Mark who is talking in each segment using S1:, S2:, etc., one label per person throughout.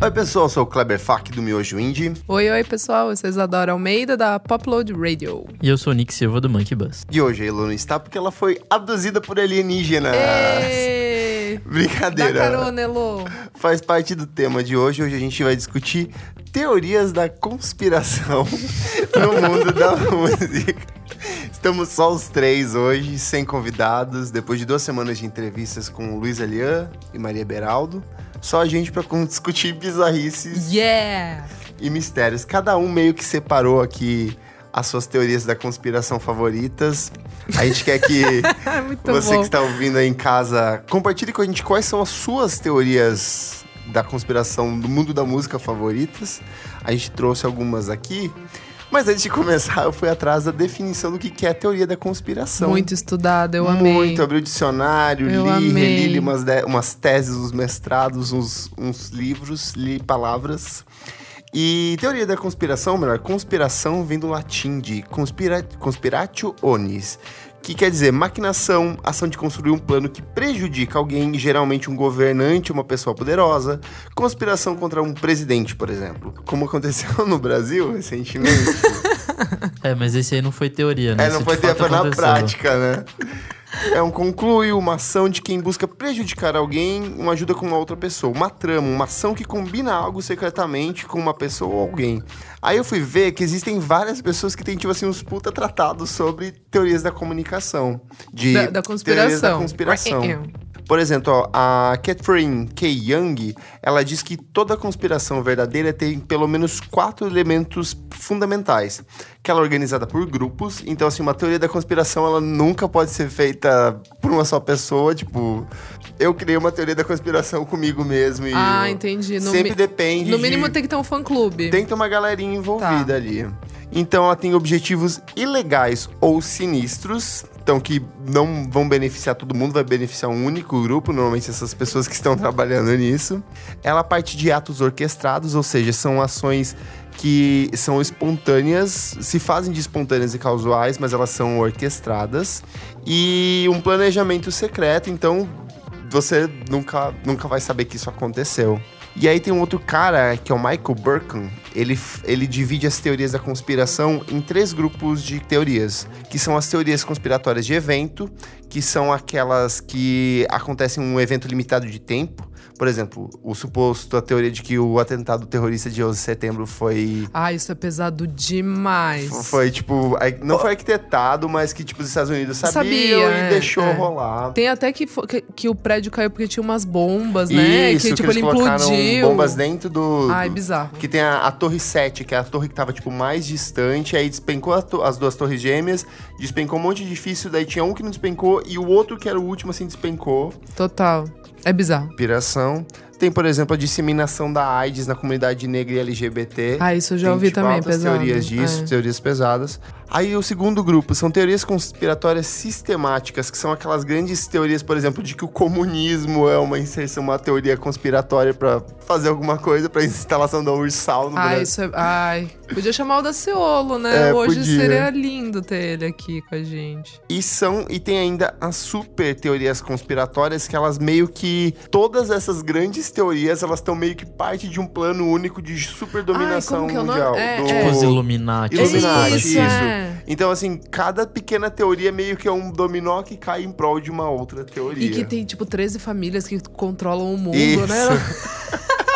S1: Oi pessoal, eu sou o Kleber Fak do Miojo Indie
S2: Oi, oi, pessoal. Eu sou Isadora Almeida da Popload Radio.
S3: E eu sou o Nick Silva do Monkey Bus.
S1: e hoje a Elo não está porque ela foi abduzida por alienígenas.
S2: Ê! Dá
S1: Brincadeira.
S2: carona, Elô.
S1: Faz parte do tema de hoje. Hoje a gente vai discutir teorias da conspiração no mundo da música. Estamos só os três hoje, sem convidados, depois de duas semanas de entrevistas com o Luiz Alian e Maria Beraldo. Só a gente pra discutir bizarrices
S2: Yeah!
S1: e mistérios. Cada um meio que separou aqui as suas teorias da conspiração favoritas. A gente quer que
S2: É Muito
S1: você
S2: Tá bom.
S1: que tá está ouvindo aí em casa compartilhe com a gente quais são as suas teorias da conspiração do mundo da música favoritas. A gente trouxe algumas aqui. Mas antes de começar, eu fui atrás da definição do que que é a teoria da conspiração.
S2: Muito estudado, eu amei.
S1: Muito, abri o dicionário,
S2: Eu
S1: li,
S2: amei.
S1: reli umas, de- umas teses, uns mestrados, uns, uns livros, li palavras. E teoria da conspiração, ou melhor, conspiração vem do latim de conspira, conspiratio onis, que quer dizer maquinação, ação de construir um plano que prejudica alguém, geralmente um governante, uma pessoa poderosa, conspiração contra um presidente, por exemplo. Como aconteceu no Brasil recentemente.
S3: É, mas esse aí não foi teoria, né?
S1: É, não
S3: Isso
S1: foi
S3: de
S1: ter
S3: fato
S1: foi na
S3: aconteceu.
S1: prática, né? É um conclui, uma ação de quem busca prejudicar alguém, uma ajuda com uma outra pessoa. Uma trama, uma ação que combina algo secretamente com uma pessoa ou alguém. Aí eu fui ver que existem várias pessoas que têm, tipo assim, uns puta tratados sobre teorias da comunicação. De
S2: Da, da
S1: Teorias da
S2: conspiração. é.
S1: conspiração. Por exemplo, ó, a Catherine K. Young, ela diz que toda conspiração verdadeira tem pelo menos quatro elementos fundamentais. Que ela é organizada por grupos, então assim, uma teoria da conspiração, ela nunca pode ser feita por uma só pessoa, tipo... Eu criei uma teoria da conspiração comigo mesmo e...
S2: Ah, entendi. No,
S1: Sempre
S2: mi-
S1: depende
S2: no
S1: de-
S2: mínimo tem que ter um fã-clube.
S1: tem que ter uma galerinha envolvida
S2: Tá.
S1: ali. Então ela tem objetivos ilegais ou sinistros. Então, que não vão beneficiar todo mundo, vai beneficiar um único grupo, normalmente essas pessoas que estão trabalhando nisso. Ela parte de atos orquestrados, ou seja, são ações que são espontâneas, se fazem de espontâneas e causais, mas elas são orquestradas. E um planejamento secreto, então você nunca, nunca vai saber que isso aconteceu. E aí tem um outro cara, que é o Michael Burkan. Ele, f- ele divide as teorias da conspiração em três grupos de teorias, que são as teorias conspiratórias de evento, que são aquelas que acontecem em um evento limitado de tempo. Por exemplo, o suposto, a teoria de que o atentado terrorista de 11 de setembro foi...
S2: Ah, isso é pesado demais.
S1: Foi, tipo, ar- não foi arquitetado, mas que, tipo, os Estados Unidos sabiam
S2: Sabia, é,
S1: e deixou
S2: é.
S1: rolar.
S2: Tem até que, fo- que, que o prédio caiu porque tinha umas bombas, né?
S1: Isso,
S2: que, tipo,
S1: eles
S2: ele
S1: colocaram
S2: implodiu.
S1: bombas dentro do...
S2: Ai,
S1: do-
S2: bizarro.
S1: Que tem a, a Torre 7, que é a torre que tava, tipo, mais distante. Aí despencou a to- as duas torres gêmeas, despencou um monte de edifício. Daí tinha um que não despencou e o outro, que era o último, assim, despencou.
S2: Total. É bizarro.
S1: Piração. Tem, por exemplo, a disseminação da AIDS na comunidade negra e LGBT.
S2: Ah, isso eu já
S1: Tem,
S2: ouvi
S1: tipo,
S2: também,
S1: altas
S2: pesado. é.
S1: teorias disso, teorias pesadas. Aí o segundo grupo são teorias conspiratórias sistemáticas, que são aquelas grandes teorias, por exemplo, de que o comunismo é uma inserção, uma teoria conspiratória pra fazer alguma coisa, pra instalação da Ursal no
S2: Ah,
S1: Brasil.
S2: isso é. Ai. Podia chamar o Daciolo, né?
S1: É,
S2: Hoje
S1: podia.
S2: seria lindo ter ele aqui com a gente.
S1: E são e tem ainda as super teorias conspiratórias que elas meio que todas essas grandes teorias, elas estão meio que parte de um plano único de super dominação
S2: como que é o nome?
S1: mundial.
S2: É,
S1: do-
S2: é.
S3: Tipo os Illuminati.
S1: Isso,
S3: essas coisas
S1: isso.
S3: assim.
S2: é.
S1: Então, assim, cada pequena teoria meio que é um dominó que cai em prol de uma outra teoria.
S2: E que tem, tipo, 13 famílias que controlam o mundo,
S1: Isso.
S2: né?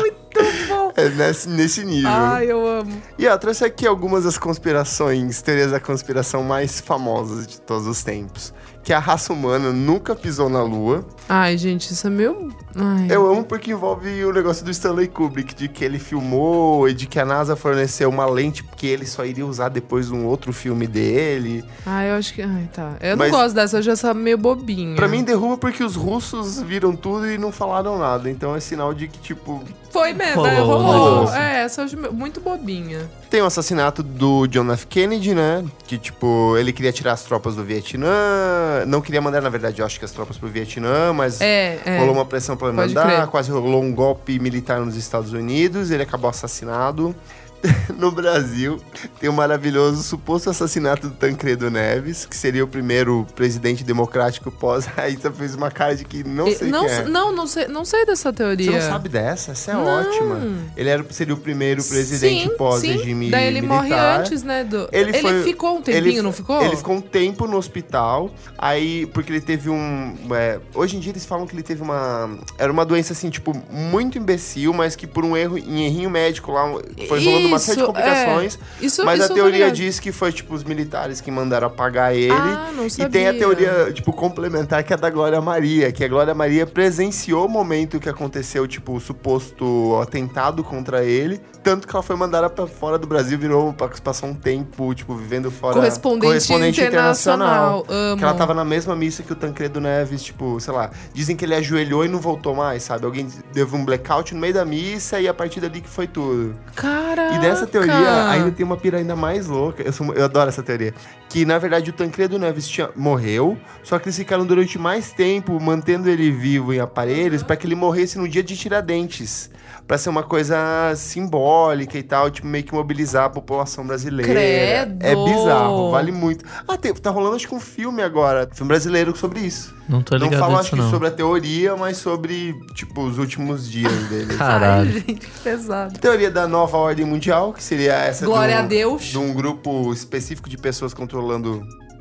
S2: Muito bom.
S1: É nesse, nesse nível.
S2: Ai, eu amo.
S1: E ó, trouxe aqui algumas das conspirações, teorias da conspiração mais famosas de todos os tempos. Que é a raça humana nunca pisou na lua.
S2: Ai, gente, isso é meu. Ai.
S1: Eu amo porque envolve o negócio do Stanley Kubrick, de que ele filmou e de que a NASA forneceu uma lente que ele só iria usar depois de um outro filme dele.
S2: Ai, eu acho que. Ai, tá. Eu
S1: Mas-
S2: não gosto dessa, eu já sou meio bobinha.
S1: Pra mim, derruba porque os russos viram tudo e não falaram nada. Então é sinal de que, tipo,
S2: Foi mesmo, né?
S3: Rolou,
S2: Rolou.
S3: rolou.
S2: É, essa eu acho muito bobinha.
S1: Tem o assassinato do John F. Kennedy, né? Que, tipo, ele queria tirar as tropas do Vietnã. Não queria mandar, na verdade, eu acho que as tropas pro Vietnã, mas
S2: É, é.
S1: rolou uma pressão pra ele
S2: Pode
S1: mandar.
S2: crer.
S1: Quase rolou um golpe militar nos Estados Unidos. Ele acabou assassinado. no Brasil, tem o maravilhoso suposto assassinato do Tancredo Neves, que seria o primeiro presidente democrático pós. Raíssa fez uma cara de que não
S2: E-
S1: sei
S2: não,
S1: quem é.
S2: não, não sei, não sei dessa
S1: Você
S2: teoria.
S1: não sabe dessa? Essa é
S2: Não.
S1: ótima. Ele era, seria o primeiro presidente
S2: Sim,
S1: pós-regime
S2: sim. Daí ele
S1: militar.
S2: morre antes, né? Do...
S1: Ele
S2: Ele,
S1: foi-
S2: ficou um tempinho,
S1: ele-
S2: não ficou?
S1: Ele ficou um tempo no hospital, aí, porque ele teve um. é, hoje em dia eles falam que ele teve uma. Era uma doença, assim, tipo, muito imbecil, mas que por um erro, em errinho médico lá, foi rolando uma série de
S2: Isso, é.
S1: complicações.
S2: Isso,
S1: mas
S2: isso eu
S1: a
S2: tô
S1: teoria
S2: ligada.
S1: diz que foi, tipo, os militares que mandaram apagar ele.
S2: Ah, não
S1: E tem a
S2: sabia.
S1: teoria, tipo, complementar, que é da Glória Maria, que a Glória Maria presenciou o momento que aconteceu, tipo, o suposto atentado contra ele, tanto que ela foi mandada pra fora do Brasil, virou, passou um tempo, tipo, vivendo fora...
S2: Correspondente, internacional. Amo.
S1: Que ela tava na mesma missa que o Tancredo Neves, tipo, sei lá, dizem que ele ajoelhou e não voltou mais, sabe? Alguém teve um blackout no meio da missa e a partir dali que foi tudo.
S2: Caraca.
S1: E dessa teoria ainda tem uma pira ainda mais louca. Eu, sou- eu adoro essa teoria. Que na verdade o Tancredo Neves tinha- morreu, só que eles ficaram durante mais tempo mantendo ele vivo em aparelhos pra que ele morresse no dia de Tiradentes. Pra ser uma coisa simbólica e tal, tipo, meio que mobilizar a população brasileira.
S2: Credo!
S1: É bizarro, vale muito. Ah, tem- tá rolando acho que um filme agora, filme brasileiro sobre isso.
S3: Não tô
S1: não
S3: ligado
S1: falo acho
S3: nisso,
S1: que
S3: não.
S1: sobre a teoria, mas sobre, tipo, os últimos dias dele.
S3: Caralho.
S2: Ai, gente, que pesado.
S1: Teoria da nova ordem mundial, que seria essa de
S2: Glória
S1: um-
S2: a Deus.
S1: de um grupo específico de pessoas controlando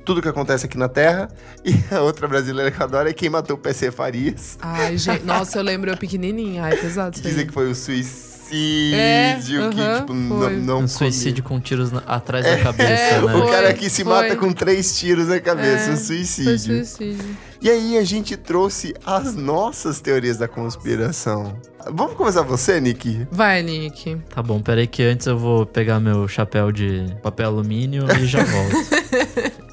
S1: tudo que acontece aqui na Terra. E a outra brasileira que eu adoro é quem matou o PC Farias.
S2: Ai, gente. Nossa, eu lembro eu pequenininha. Ai, pesado. isso aí.
S1: Dizem que foi o suicídio,
S2: É,
S1: que
S2: aham,
S1: tipo,
S2: foi.
S1: n- não
S3: Um
S1: comi.
S3: suicídio com tiros na- atrás da cabeça,
S2: é,
S3: né?
S1: O
S2: Foi,
S1: cara que se
S2: foi.
S1: mata com três tiros na cabeça,
S2: É,
S1: um
S2: Foi
S1: suicídio.
S2: suicídio.
S1: E aí a gente trouxe as nossas teorias da conspiração. Vamos começar você, Nick?
S2: Vai, Nick.
S3: Tá bom, peraí que antes eu vou pegar meu chapéu de papel alumínio e já volto.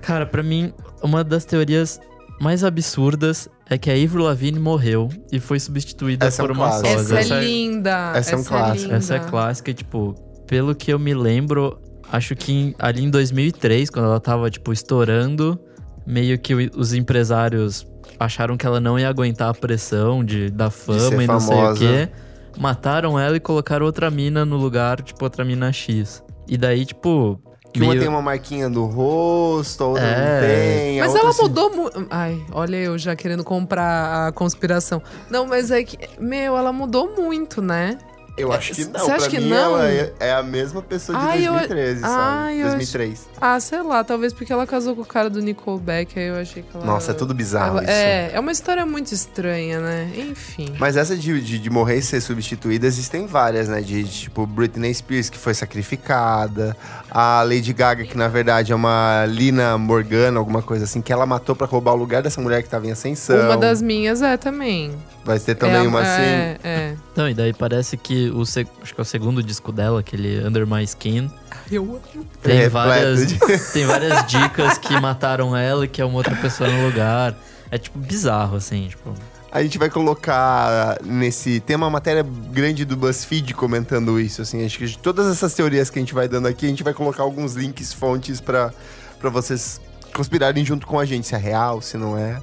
S3: Cara, pra mim, uma das teorias mais absurdas é que a Avril Lavigne morreu e foi substituída
S1: Essa é um
S3: por uma
S1: clássico.
S3: sósia.
S2: Essa
S1: essa
S2: é
S1: é-
S2: linda.
S1: essa é um clássico.
S2: linda.
S3: Essa é clássica e, tipo, pelo que eu me lembro, acho que em- ali em 2003, quando ela tava, tipo, estourando, meio que o- os empresários acharam que ela não ia aguentar a pressão de, da fama
S1: ser
S3: e não
S1: famosa.
S3: sei o quê. Mataram ela e colocaram outra mina no lugar, tipo, outra mina X. E daí, tipo.
S1: Que uma
S3: meio-
S1: tem uma marquinha do rosto, a outra não
S3: É.
S1: tem. a
S2: Mas
S1: outra
S2: ela
S1: se-
S2: mudou muito. Ai, olha eu já querendo comprar a conspiração. Não, mas é que. Meu, ela mudou muito, né?
S1: Eu acho que
S2: c-
S1: não.
S2: você acha
S1: pra
S2: que
S1: mim,
S2: não?
S1: ela é, é a mesma pessoa de
S2: Ai, eu-
S1: 2013,
S2: Ai,
S1: sabe?
S2: eu
S1: 2003.
S2: Ah, sei lá, talvez porque ela casou com o cara do Nickelback, aí eu achei que ela.
S1: Nossa, é tudo bizarro
S2: ela-
S1: isso.
S2: É, é uma história muito estranha, né? Enfim.
S1: Mas essa de, de, de morrer e ser substituída, existem várias, né? De, de, tipo, Britney Spears, que foi sacrificada. A Lady Gaga, que na verdade é uma Lina Morgana, alguma coisa assim, que ela matou pra roubar o lugar dessa mulher que tava em ascensão.
S2: Uma das minhas é também.
S1: Vai ter também
S2: é,
S1: uma assim.
S2: É, é.
S3: Não, e daí parece que o, seg- acho que é o segundo disco dela, aquele Under My Skin,
S2: Eu
S3: Tem
S1: Repleto
S3: várias,
S1: de-
S3: tem várias dicas que mataram ela e que é uma outra pessoa no lugar. É tipo bizarro, assim, tipo.
S1: A gente vai colocar nesse. Tem uma matéria grande do BuzzFeed comentando isso, assim. Acho que de todas essas teorias que a gente vai dando aqui, a gente vai colocar alguns links, fontes pra pra vocês conspirarem junto com a gente, se é real, se não é.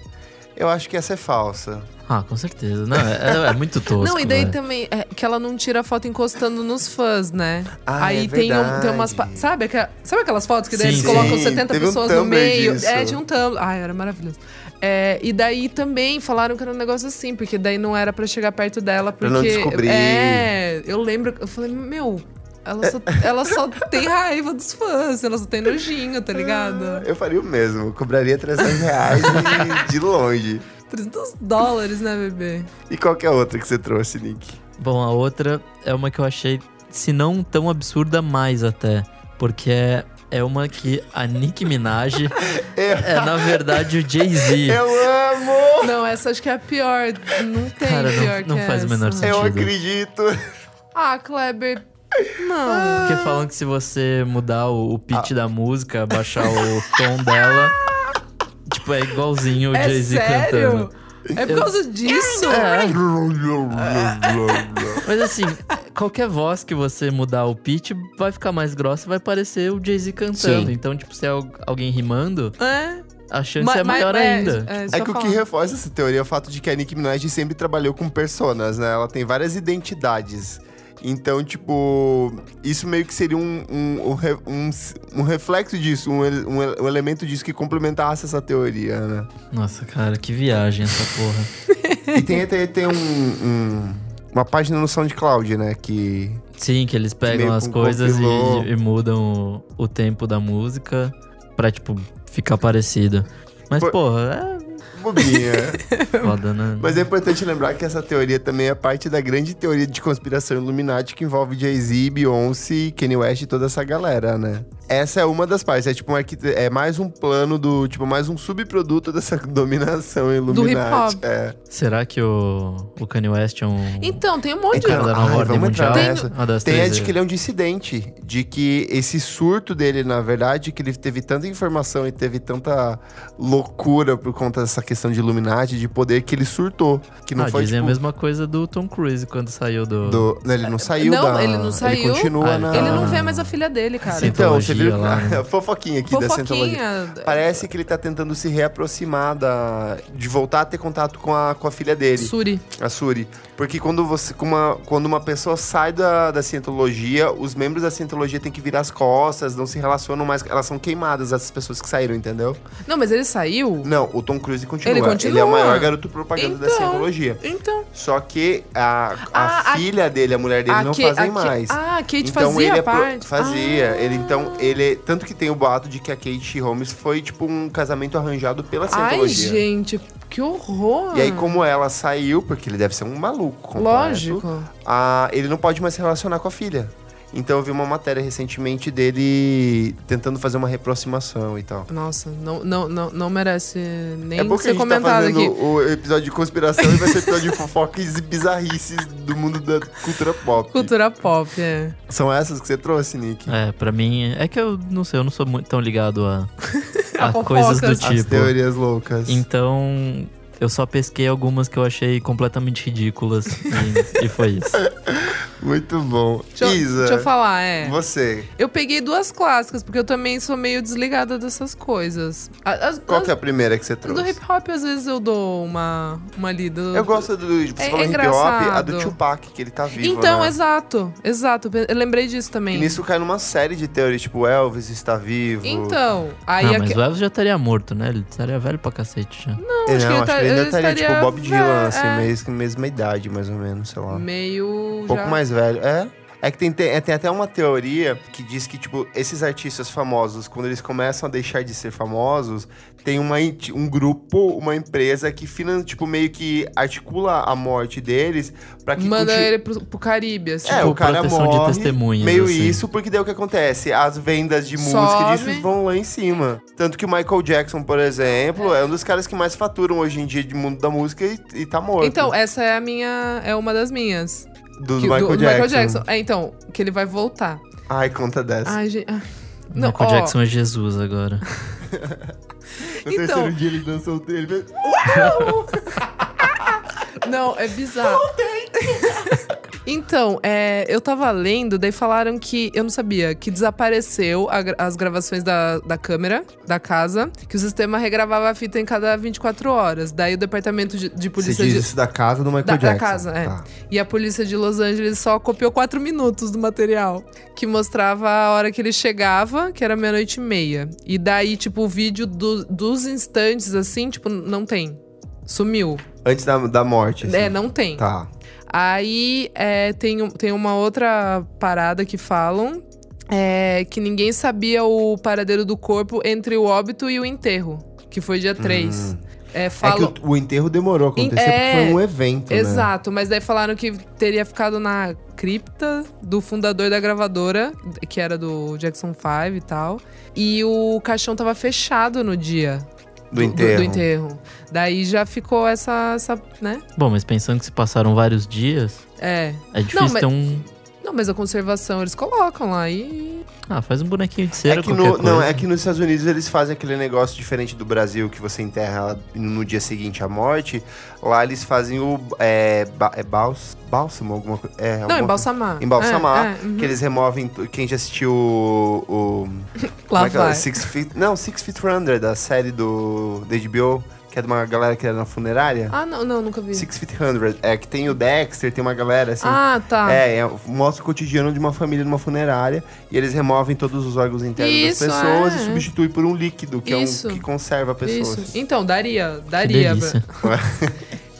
S1: Eu acho que essa é falsa.
S3: Ah, com certeza. Não, é, é- é muito tosco.
S2: Não, e daí
S1: né?
S3: velho.
S2: também é, que ela não tira foto encostando nos fãs, né?
S1: Ah,
S2: Aí
S1: é
S2: tem, um, tem
S1: verdade.
S2: umas. pa- Sabe, aquela- sabe aquelas fotos que daí
S3: Sim,
S2: eles
S3: sim.
S2: colocam
S1: Sim,
S2: 70
S1: teve um
S2: pessoas no
S1: Tumblr
S2: meio?
S1: disso.
S2: É, de um Tumblr. Ai, era maravilhoso. É, e daí também falaram que era um negócio assim, porque daí não era pra chegar perto dela, porque.
S1: Pra não descobrir.
S2: É, eu lembro. Eu falei, meu, ela só, ela só tem raiva dos fãs, ela só tem nojinho, tá ligado?
S1: Eu faria o mesmo, eu cobraria 300 reais e- de longe.
S2: 300 dólares, né, bebê?
S1: E qual que é a outra que você trouxe, Nick?
S3: Bom, a outra é uma que eu achei, se não tão absurda, mais até. Porque é, é uma que a Nicki Minaj
S1: Eu,
S3: é, na verdade, o Jay-Z.
S1: eu amo!
S2: Não, essa acho que é a pior. Não tem
S3: Cara, não-
S2: pior
S3: não
S2: que
S3: faz É o menor
S2: essa.
S1: Eu
S3: Sentido.
S1: acredito!
S2: Ah, Kleber. Não.
S3: Porque falam que se você mudar o, o pitch da música, baixar o tom dela, tipo, é igualzinho o
S2: é
S3: Jay-Z
S2: sério?
S3: cantando.
S2: É por causa disso?
S3: Mas assim, qualquer voz que você mudar o pitch vai ficar mais grossa e vai parecer o Jay-Z cantando.
S1: Sim.
S3: Então, tipo, se é al- alguém rimando,
S2: É.
S3: a chance
S2: Ma-
S3: é
S2: ma-
S3: maior ainda.
S2: É, isso
S1: É
S2: eu
S1: que o
S2: falo.
S1: que reforça essa teoria é o fato de que a Nicki Minaj sempre trabalhou com personas, né? Ela tem várias identidades. Então, tipo, isso meio que seria um, um, um re- um s- um reflexo disso, um, ele- um ele- um elemento disso que complementasse essa teoria, né?
S3: Nossa, cara, que viagem essa porra.
S1: E tem até tem um, um- uma página no SoundCloud, né? Que.
S3: Sim, que eles pegam
S1: Meio
S3: as
S1: com
S3: coisas
S1: compilou.
S3: e, e mudam o, o tempo da música pra, tipo, ficar parecido. Mas,
S1: Pô-
S3: porra,
S1: Bobinha.
S3: é foda, né?
S1: Mas é importante lembrar que essa teoria também é parte da grande teoria de conspiração Illuminati que envolve Jay-Z, Beyoncé, Kanye West e toda essa galera, né? Essa é uma das partes, é tipo um arquite- é mais um plano do, tipo, mais um subproduto dessa dominação Illuminati.
S2: hip-hop.
S1: É.
S3: Será que o, o Kanye West é um.
S2: Então, tem um monte de.
S1: Então,
S3: Cada
S1: ai,
S3: nova ordem
S1: vamos entrar
S3: mundial.
S1: nessa.
S3: Uma das
S1: Tem a
S3: três,
S1: de que ele é um dissidente, de que esse surto dele, na verdade, que ele teve tanta informação e teve tanta loucura por conta dessa questão de Illuminati, de poder, que ele surtou. Que não
S3: ah,
S1: foi,
S3: dizem
S1: tipo,
S3: a mesma coisa do Tom Cruise quando saiu do.
S1: Do- não, ele não saiu
S2: Não,
S1: da...
S2: ele não saiu.
S1: continua
S3: Ah,
S1: na...
S2: Ele não vê mais a filha dele, cara.
S3: Sim.
S1: Então, você
S3: Scientologia
S1: viu
S3: lá, né?
S1: a fofoquinha aqui da Scientologia.
S2: Fofoquinha.
S1: Parece que ele tá tentando se reaproximar da... de voltar a ter contato com a, com a filha dele,
S2: Suri.
S1: a Suri. Porque quando você com uma, quando uma pessoa sai da, da Cientologia, os membros da Cientologia têm que virar as costas, não se relacionam mais, elas são queimadas, essas pessoas que saíram, entendeu?
S2: Não, mas ele saiu?
S1: Não, o Tom Cruise continua.
S2: Ele continua.
S1: é o maior garoto propaganda da
S2: Então.
S1: Cientologia.
S2: Então.
S1: Só que a, a
S2: Ah, a-
S1: filha dele, a mulher dele,
S2: a
S1: não
S2: Ke- a
S1: fazem
S2: Ke-
S1: mais.
S2: Ah, a Kate
S1: Então
S2: fazia
S1: ele é pro-
S2: parte.
S1: fazia.
S2: Ah.
S1: Ele então ele tanto que tem o boato de que a Kate Holmes foi tipo um casamento arranjado pela
S2: Ai,
S1: Scientologia.
S2: gente, que horror.
S1: é E aí como ela saiu, porque ele deve ser um maluco completo,
S2: Lógico.
S1: a- ele não pode mais se relacionar com a filha. Então eu vi uma matéria recentemente dele tentando fazer uma reaproximação e tal.
S2: Nossa, não, não, não, não merece nem
S1: é bom que a
S2: ser
S1: gente tá
S2: comentado
S1: fazendo
S2: aqui.
S1: o episódio de conspiração e vai ser episódio de fofocas e bizarrices do mundo da cultura pop.
S2: Cultura pop, é.
S1: São essas que você trouxe, Nick?
S3: É, pra mim. É que eu não sei, eu não sou muito tão ligado a,
S2: A
S3: a coisas do
S2: fofocas.
S1: As
S3: tipo.
S1: teorias loucas.
S3: Então, eu só pesquei algumas que eu achei completamente ridículas e, e foi isso.
S1: Muito bom.
S2: Deixa, eu-
S1: Isa,
S2: deixa eu falar, é.
S1: você,
S2: Eu peguei duas clássicas, porque eu também sou meio desligada dessas coisas. A- As,
S1: qual
S2: as-
S1: que é a primeira que você trouxe?
S2: do hip hop, às vezes eu dou uma, uma lida.
S1: Eu gosto do, tipo,
S2: É
S1: você falou hip hop, a do
S2: engraçado.
S1: Tupac, que ele tá vivo,
S2: Então, assim-
S1: né?
S2: exato, exato. Eu lembrei disso
S1: E
S2: também.
S1: nisso cai numa série de teorias, tipo, Elvis está vivo.
S2: Então, aí
S3: ah,
S2: aque-
S3: mas o Elvis já estaria morto, né? Ele estaria velho pra cacete já.
S1: É, não, acho que ele,
S2: tá-
S1: ainda
S2: ele
S1: estaria, tipo,
S2: estaria
S1: Bob Dylan,
S2: velho,
S1: assim,
S2: é.
S1: mesmo, mesma idade, mais ou menos, sei lá.
S2: meio.
S1: Um pouco
S2: já-
S1: mais velho, é. É que tem, tem- é, tem até uma teoria que diz que, tipo, esses artistas famosos, quando eles começam a deixar de ser famosos, tem uma, enti- um grupo, uma empresa que, finan- tipo, meio que articula a morte deles pra que...
S2: Manda
S1: conti-
S2: ele pro, pro Caribe, assim.
S1: É,
S3: Tipo,
S1: o cara
S3: proteção de
S1: morre,
S3: testemunhas,
S1: meio
S3: assim.
S1: isso, porque daí o que acontece? As vendas de música
S2: Sobe.
S1: e disso vão lá em cima. Tanto que o Michael Jackson, por exemplo, é um dos caras que mais faturam hoje em dia do mundo da música e, e tá morto.
S2: Então, essa é a minha. É uma das minhas.
S1: do, do
S2: Que-
S1: Michael,
S2: do
S1: Jackson.
S2: Michael Jackson. É, então, que ele vai voltar.
S1: Ai, conta dessa.
S2: Ai, gente. ah. Não,
S3: Michael
S2: ó,
S3: Jackson é Jesus agora.
S1: No
S2: Então-
S1: terceiro dia ele dançou o ele fez-
S2: Não, é bizarro. Então, é, eu tava lendo, daí falaram que. Eu não sabia, que desapareceu a gra- as gravações da, da câmera da casa, que o sistema regravava a fita em cada 24 horas. Daí o departamento de,
S1: Você
S2: de polícia.
S1: diz
S2: de-
S1: isso da casa do Michael
S2: Da- da
S1: Jackson.
S2: casa, é.
S1: Tá.
S2: E a polícia de Los Angeles só copiou quatro minutos do material, que mostrava a hora que ele chegava, que era meia-noite e meia. E daí, tipo, o vídeo do- dos instantes, assim, tipo, não tem. Sumiu.
S1: Antes da, da morte. assim.
S2: É, não tem.
S1: Tá.
S2: Aí é, tem, um- tem uma outra parada que falam. é, que ninguém sabia o paradeiro do corpo entre o óbito e o enterro, que foi dia 3.
S1: Hum.
S2: É,
S1: É
S2: falam,
S1: que o, o enterro demorou a acontecer
S2: É,
S1: porque foi um evento, né?
S2: Exato, mas daí falaram que teria ficado na cripta do fundador da gravadora, que era do Jackson 5 e tal. E o caixão tava fechado no dia
S1: Do enterro.
S2: Do, enterro. Daí já ficou essa, essa, né?
S3: Bom, mas pensando que se passaram vários dias,
S2: É.
S3: é difícil
S2: mas-
S3: ter um.
S2: Não, mas a conservação eles colocam lá e.
S3: Ah, faz um bonequinho de cera
S1: É que
S3: qualquer
S1: no,
S3: coisa.
S1: não, é que nos Estados Unidos eles fazem aquele negócio diferente do Brasil, que você enterra no dia seguinte à morte. Lá eles fazem o. É, ba- é bals- bálsamo? Alguma coisa? É,
S2: Não,
S1: alguma
S2: embalsamar.
S1: Embalsamar,
S2: É, é, uhum.
S1: Que eles removem. tu- Quem já assistiu o. o
S2: Lá
S1: como é que é?
S2: vai.
S1: Six Feet. Não, Six Feet Under, da série do da HBO. Que Que é de uma galera que era na funerária.
S2: Ah, não, não, nunca vi.
S1: Six Feet Hundred. É, que tem o Dexter, tem uma galera assim.
S2: Ah, tá.
S1: É, é, mostra o cotidiano de uma família numa funerária e eles removem todos os órgãos internos
S2: Isso,
S1: das pessoas
S2: é.
S1: e substitui por um líquido, que
S2: Isso.
S1: é um que conserva a pessoa.
S2: Isso. Então, daria,
S3: Que
S2: daria.
S3: delícia.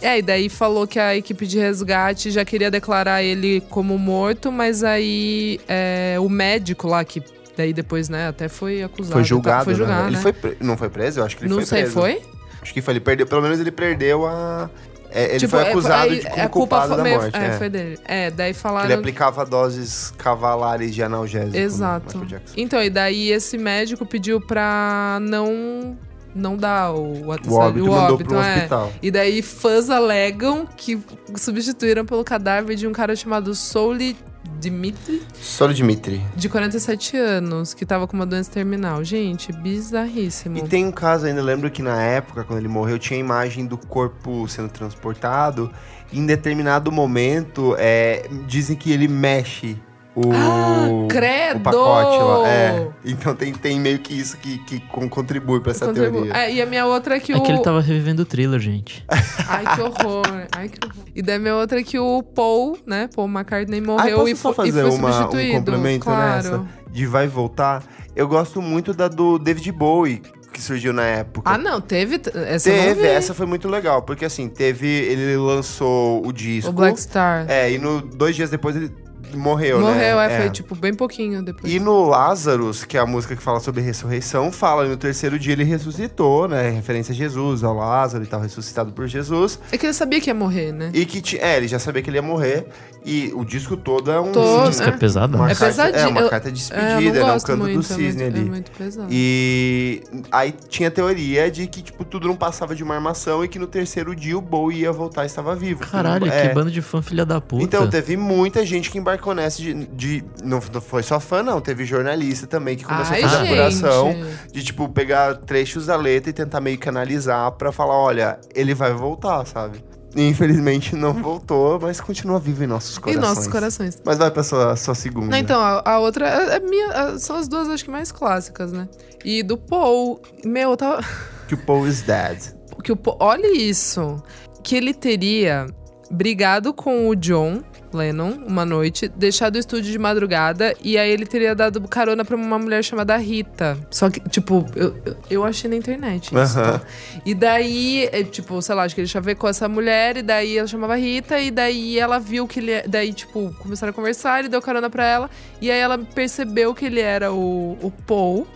S2: É, e daí falou que a equipe de resgate já queria declarar ele como morto, mas aí é, o médico lá, que daí depois, né, até foi acusado.
S1: Foi
S2: tá?
S1: julgado,
S2: Foi
S1: né?
S2: julgado,
S1: Ele
S2: né?
S1: foi pre- não foi preso? Eu acho que ele
S2: Não
S1: foi
S2: sei,
S1: preso.
S2: foi?
S1: Acho que foi. Ele perdeu, pelo menos ele perdeu a... é, ele
S2: Tipo,
S1: foi
S2: é,
S1: acusado
S2: aí
S1: de como
S2: a culpa
S1: culpado
S2: foi
S1: da
S2: meio-
S1: morte.
S2: É,
S1: é.
S2: foi dele. É, daí
S1: Que ele
S2: falaram
S1: aplicava doses cavalares de analgésico. né,
S2: Exato.
S1: Michael Jackson.
S2: Então, e daí esse médico pediu pra não não dar o
S1: O
S2: atestado
S1: óbito mandou para um
S2: é.
S1: hospital.
S2: E daí fãs alegam que substituíram pelo cadáver de um cara chamado Souli Dimitri,
S1: Só o Dimitri.
S2: de 47 anos, que tava com uma doença terminal. Gente, bizarríssimo.
S1: E tem um caso ainda, eu lembro que na época, quando ele morreu, tinha a imagem do corpo sendo transportado. E em determinado momento, é, dizem que ele mexe o,
S2: Ah, credo!
S1: o pacote lá. É. Então tem, tem meio que isso que, que con- contribui pra essa
S2: Contribu-
S1: teoria.
S2: É, e a minha outra é que
S3: É
S2: o.
S3: que ele tava revivendo o thriller, gente.
S2: Ai, que horror. Ai, que horror. E daí a minha outra é que o Paul, né? Paul McCartney morreu
S1: posso
S2: e,
S1: só
S2: fo- e
S1: fazer
S2: foi
S1: uma- um
S2: substituído.
S1: complemento
S2: claro.
S1: nessa? De vai e voltar. Eu gosto muito da do David Bowie, que surgiu na época.
S2: Ah, não, teve. t- Essa eu não
S1: Teve,
S2: vi.
S1: essa foi muito legal, porque assim, teve. Ele lançou o disco.
S2: O Black Star.
S1: É, e no, dois dias depois ele morreu, né?
S2: Morreu, é, foi tipo bem pouquinho depois.
S1: E no Lazarus, que é a música que fala sobre ressurreição, fala no terceiro dia ele ressuscitou, né? Referência a Jesus, ao Lázaro e tal, ressuscitado por Jesus.
S2: É que ele sabia que ia morrer, né?
S1: E que, ti- é, ele já sabia que ele ia morrer. E o disco todo é um...
S2: Todo,
S3: Esse disco é
S2: né?
S3: pesado,
S1: uma
S2: É
S3: né?
S1: carta,
S2: pesadinho,
S1: É, uma
S2: eu-
S1: carta de
S2: É, eu
S1: despedida,
S2: não
S1: né? O
S2: gosto
S1: canto
S2: muito,
S1: do cisne
S2: é muito,
S1: ali.
S2: É muito pesado.
S1: E aí tinha a teoria de que, tipo, tudo não passava de uma armação e que no terceiro dia o Bowie ia voltar e estava vivo.
S3: Caralho,
S1: É.
S3: que bando de fã filha da puta.
S1: Então, teve muita gente que embarcou nessa de. de- não f- não foi só fã, não. Teve jornalista também que começou
S2: Ai,
S1: a fazer
S2: gente.
S1: apuração de, tipo, pegar trechos da letra e tentar meio que analisar pra falar: olha, ele vai voltar, sabe? E, infelizmente não voltou, mas continua vivo em nossos
S2: E
S1: corações.
S2: nossos corações.
S1: Mas vai pra sua, sua segunda.
S2: Não, então, a, a outra. a- a minha- a- são as duas, acho que mais clássicas, né? E do Paul. Meu, eu tava.
S1: Que o Paul is dead.
S2: que o, Po- olha isso, que ele teria brigado com o John Lennon uma noite, deixado o estúdio de madrugada e aí ele teria dado carona pra uma mulher chamada Rita. Só que, tipo, eu, eu- eu achei na internet isso.
S1: Aham.
S2: tá? E daí, é, tipo, sei lá, acho que ele chavecou essa mulher e daí ela chamava Rita e daí ela viu que ele, daí tipo, começaram a conversar, ele deu carona pra ela e aí ela percebeu que ele era o, o Paul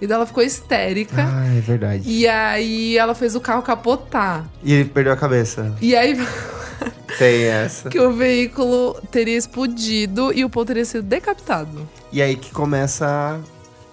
S2: e daí ela ficou histérica.
S1: Ah, é verdade.
S2: E aí ela fez o carro capotar.
S1: E ele perdeu a cabeça.
S2: E aí
S1: Tem essa.
S2: que o veículo teria explodido e o Paul teria sido decapitado.
S1: E aí que começa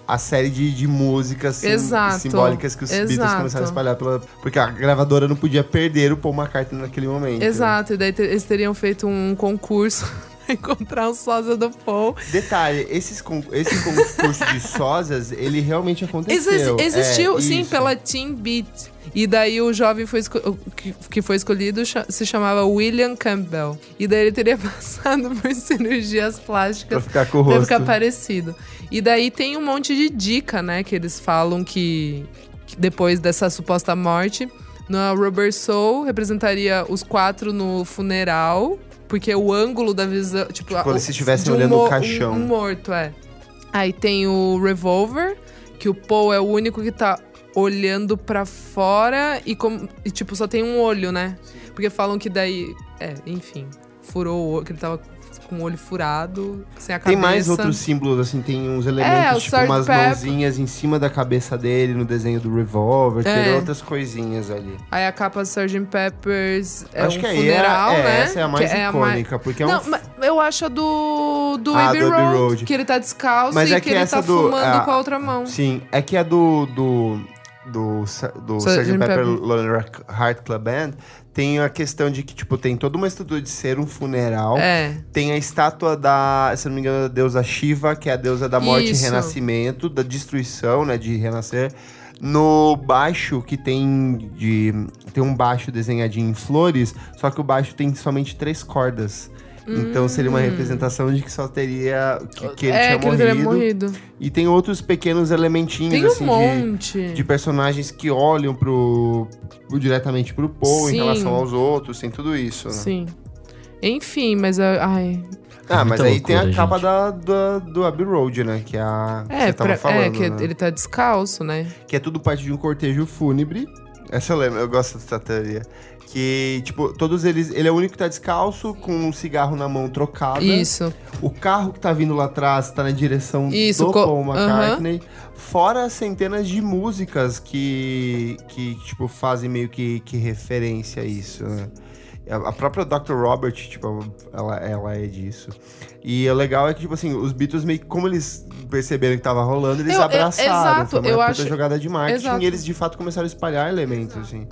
S1: a série de, de músicas sim-
S2: Exato.
S1: simbólicas que os Beatles
S2: Exato.
S1: começaram a espalhar pela. Porque a gravadora não podia perder o Paul McCartney naquele momento.
S2: Exato, e daí te- eles teriam feito um concurso pra encontrar um sósia do Paul.
S1: Detalhe, esses con- esse concurso de sósias, ele realmente
S2: Exi-
S1: aconteceu.
S2: existiu,
S1: É,
S2: sim,
S1: isso.
S2: pela Team Beat. E daí o jovem foi esco- o que- que foi escolhido cha- se chamava William Campbell. E daí ele teria passado por cirurgias plásticas
S1: Pra ficar com o
S2: Deve
S1: rosto.
S2: ficar parecido. E daí tem um monte de dica, né? Que eles falam que, que depois dessa suposta morte, na Rubber Soul representaria os quatro no funeral, porque o ângulo da visão. Tipo, a-
S1: como
S2: o-
S1: se estivessem
S2: de um
S1: olhando o
S2: mo-
S1: caixão.
S2: Um, um morto, é. Aí tem o Revolver, que o Paul é o único que tá olhando pra fora e, como- e, tipo, só tem um olho, né? Porque falam que daí. É, enfim. Furou o olho, que ele tava com o olho furado, sem a
S1: Tem
S2: cabeça. É,
S1: mais outros símbolos, assim, tem uns elementos,
S2: o
S1: tipo
S2: Sgt.
S1: umas
S2: Pepper.
S1: mãozinhas em cima da cabeça dele no desenho do revólver, tem
S2: É.
S1: outras coisinhas ali.
S2: Aí a capa do Sgt. Peppers é
S1: Acho
S2: um
S1: que aí
S2: funeral,
S1: era, é,
S2: né?
S1: essa é a mais
S2: Que
S1: icônica, porque é um
S2: Não, mas eu acho a do, do
S1: Ah,
S2: Abbey
S1: do Abbey
S2: Road,
S1: Road.
S2: que ele tá descalço
S1: Mas
S2: e
S1: é
S2: que,
S1: que
S2: ele
S1: essa
S2: tá
S1: do-
S2: fumando
S1: a-
S2: com a outra mão.
S1: Sim, é que a do. do do, Sa- do
S2: Sgt.
S1: Sgt. Pepper
S2: Pepper.
S1: Lonely Rock- Heart Club Band, tem a questão de que, tipo, tem toda uma estrutura de ser um funeral.
S2: É,
S1: Tem a estátua da, se não me engano, da deusa Shiva, que é a deusa da morte
S2: Isso.
S1: e renascimento, da destruição, né, de renascer. No baixo que tem de tem um baixo desenhadinho em flores, só que o baixo tem somente três cordas. Então seria uma representação de que só teria. que, que ele
S2: Hum. é,
S1: tinha
S2: que ele teria
S1: morrido.
S2: morrido.
S1: E tem outros pequenos elementinhos,
S2: Tem
S1: assim,
S2: um
S1: de,
S2: monte.
S1: de personagens que olham pro, pro- diretamente pro Paul
S2: Sim.
S1: em relação aos outros, tem tudo isso, né?
S2: Sim. Enfim, mas a- ai,
S1: Ah, mas
S3: É Muita
S1: aí
S3: loucura,
S1: tem a capa
S3: gente.
S1: da, da- do Abbey Road, né? Que é a que
S2: é,
S1: você tava
S2: pra-
S1: falando,
S2: é que
S1: né?
S2: ele tá descalço, né?
S1: que é tudo parte de um cortejo fúnebre. Essa eu lembro, eu gosto dessa teoria. Que, tipo, todos eles. Ele é o único que tá descalço, com um cigarro na mão trocada.
S2: Isso.
S1: O carro que tá vindo lá atrás tá na direção
S2: Isso,
S1: do
S2: co-
S1: Paul McCartney. Fora centenas de músicas que, que tipo, fazem meio que, que referência a isso, né? A a própria Dr. Robert, tipo, ela, ela é disso. E o legal é que, tipo assim, os Beatles meio que, como eles perceberam que tava rolando, eles
S2: Eu- eu-
S1: abraçaram.
S2: exato,
S1: Foi uma
S2: eu
S1: puta
S2: acho-
S1: jogada de marketing
S2: Exato.
S1: e eles, de fato, começaram a espalhar elementos, assim.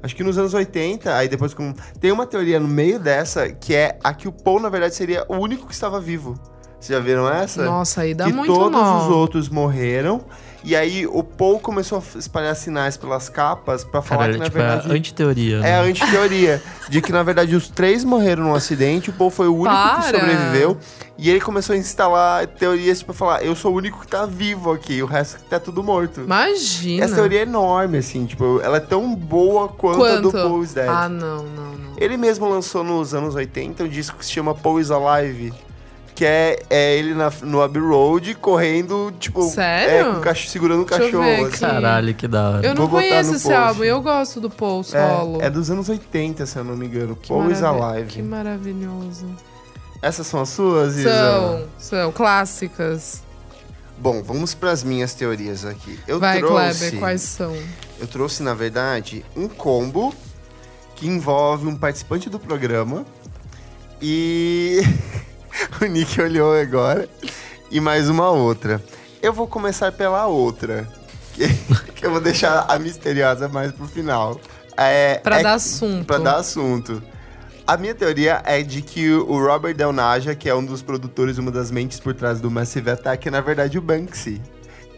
S1: Acho que nos anos 80, aí depois com... Tem uma teoria no meio dessa, que é a que o Paul, na verdade, seria o único que estava vivo. Vocês já viram essa?
S2: Nossa, aí dá
S1: que
S2: muito
S1: é. todos
S2: nó.
S1: os outros morreram. E aí o Paul começou a espalhar sinais pelas capas pra falar
S3: Caralho,
S1: que, na
S3: tipo,
S1: verdade...
S3: é a antiteoria.
S1: É
S3: né?
S1: a antiteoria. de que, na verdade, os três morreram num acidente, o Paul foi o único que
S2: Para!
S1: sobreviveu. E ele começou a instalar teorias, tipo, falar, eu sou o único que tá vivo aqui, o resto que tá tudo morto.
S2: Imagina.
S1: Essa teoria é enorme, assim, tipo, ela é tão boa quanto, a do
S2: Quanto?
S1: Paul is Dead.
S2: Ah, não, não, não.
S1: Ele mesmo lançou nos anos 80 um disco que se chama Paul is Alive, que é, é ele na- no Abbey Road correndo, tipo, é,
S2: Sério?
S1: com o cach- segurando o
S2: Deixa eu
S1: cachorro.
S2: ver aqui.
S1: assim.
S3: Caralho, que da hora.
S2: Eu não
S1: Vou botar
S2: conheço
S1: no
S2: esse
S1: post.
S2: álbum, eu gosto do Paul solo.
S1: É, é dos anos 80, se eu não me engano.
S2: Que
S1: Paul is
S2: maravi-
S1: Alive.
S2: Que maravilhoso.
S1: Essas são as suas, Isa?
S2: São, são clássicas.
S1: Bom, vamos para as minhas teorias aqui. Eu
S2: Vai,
S1: trouxe,
S2: Kleber, quais são?
S1: Eu trouxe, na verdade, um combo que envolve um participante do programa e o Nick olhou agora e mais uma outra. Eu vou começar pela outra, que, que eu vou deixar a misteriosa mais pro final. É,
S2: Pra
S1: é-
S2: dar assunto.
S1: Pra dar assunto. A minha teoria é de que o Robert Del Naja, que é um dos produtores, uma das mentes por trás do Massive Attack, é na verdade o Banksy.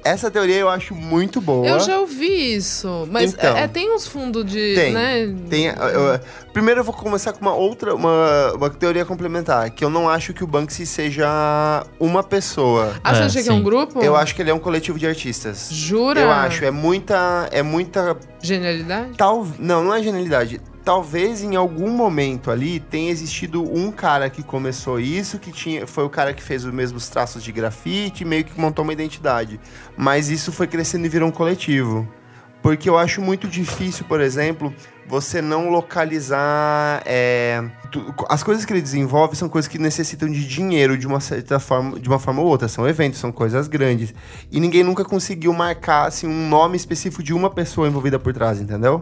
S1: Essa teoria eu acho muito boa.
S2: Eu já ouvi isso, mas
S1: Então.
S2: é, é, tem uns fundos de.
S1: Tem,
S2: né?
S1: Tem, eu- eu- primeiro eu vou começar com uma outra, uma, uma teoria complementar, que eu não acho que o Banksy seja uma pessoa.
S2: Ah, você
S3: É,
S2: acha que é um
S3: sim.
S2: grupo?
S1: Eu acho que ele é um coletivo de artistas.
S2: Jura?
S1: Eu acho, é muita, é muita
S2: Genialidade?
S1: Tal, não, não é genialidade. Talvez em algum momento ali tenha existido um cara que começou isso, que tinha, foi o cara que fez os mesmos traços de grafite, meio que montou uma identidade. Mas isso foi crescendo e virou um coletivo. Porque eu acho muito difícil, por exemplo, você não localizar. é, tu- as coisas que ele desenvolve são coisas que necessitam de dinheiro de uma certa forma, de uma forma ou outra. São eventos, são coisas grandes. E ninguém nunca conseguiu marcar assim, um nome específico de uma pessoa envolvida por trás, entendeu?